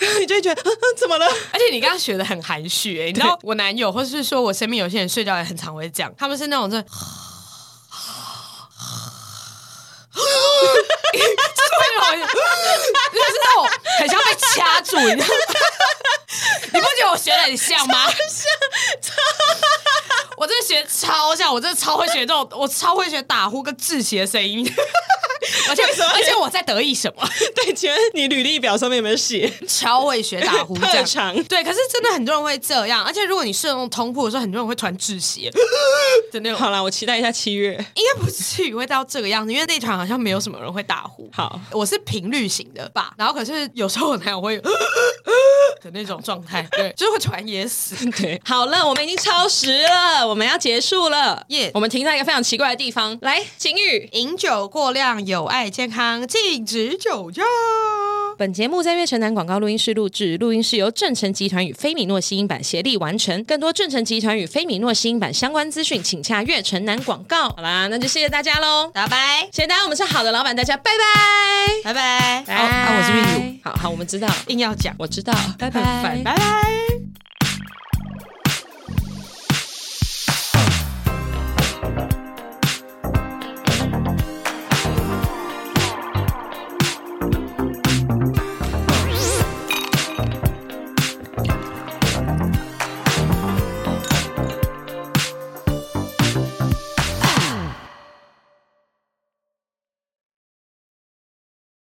*laughs* 样，你就会觉得、啊啊怎么了？ *laughs* 而且你刚刚学的很含蓄、欸，你知道我男友或是说我身边有些人睡觉也很常会这样，他们是那种是。 *gasps* 就是那种 *laughs* 就是那种很像被掐住，你知道吗？ *laughs* 你不觉得我学的很像吗？ *laughs* 我真的学超像，我真的超会学这种，我超会学打呼跟窒息的声音， *laughs* 而且而且我在得意什么？对，请问你履历表上面有没有写 *laughs* 超会学打呼，这特样长？对，可是真的很多人会这样，而且如果你是那种通铺的时候，很多人会突然 *laughs* 窒息的那种。好啦，我期待一下七月。应该不至于会到这个样子，因为那团好像没有什么人会打呼。好， *laughs* 我是频率型的吧，然后可是有时候我男友会 *laughs* 的那种 *laughs* 状态，对，就是会突然噎死。对，好了，我们已经超时了，我们要结束了。耶我们停在一个非常奇怪的地方。来，晴雨，饮酒过量有害健康，禁止酒驾。本节目在月城南广告录音室录制，录音室由正成集团与菲米诺吸音版协力完成。更多正成集团与菲米诺吸音版相关资讯，请洽月城南广告。好啦，那就谢谢大家喽，拜拜，谢谢大家，我们是好的老板，大家拜拜。拜拜。拜哦啊，我是 r i 好好，我们知道，硬要讲，我知道，拜很拜，烦。拜拜。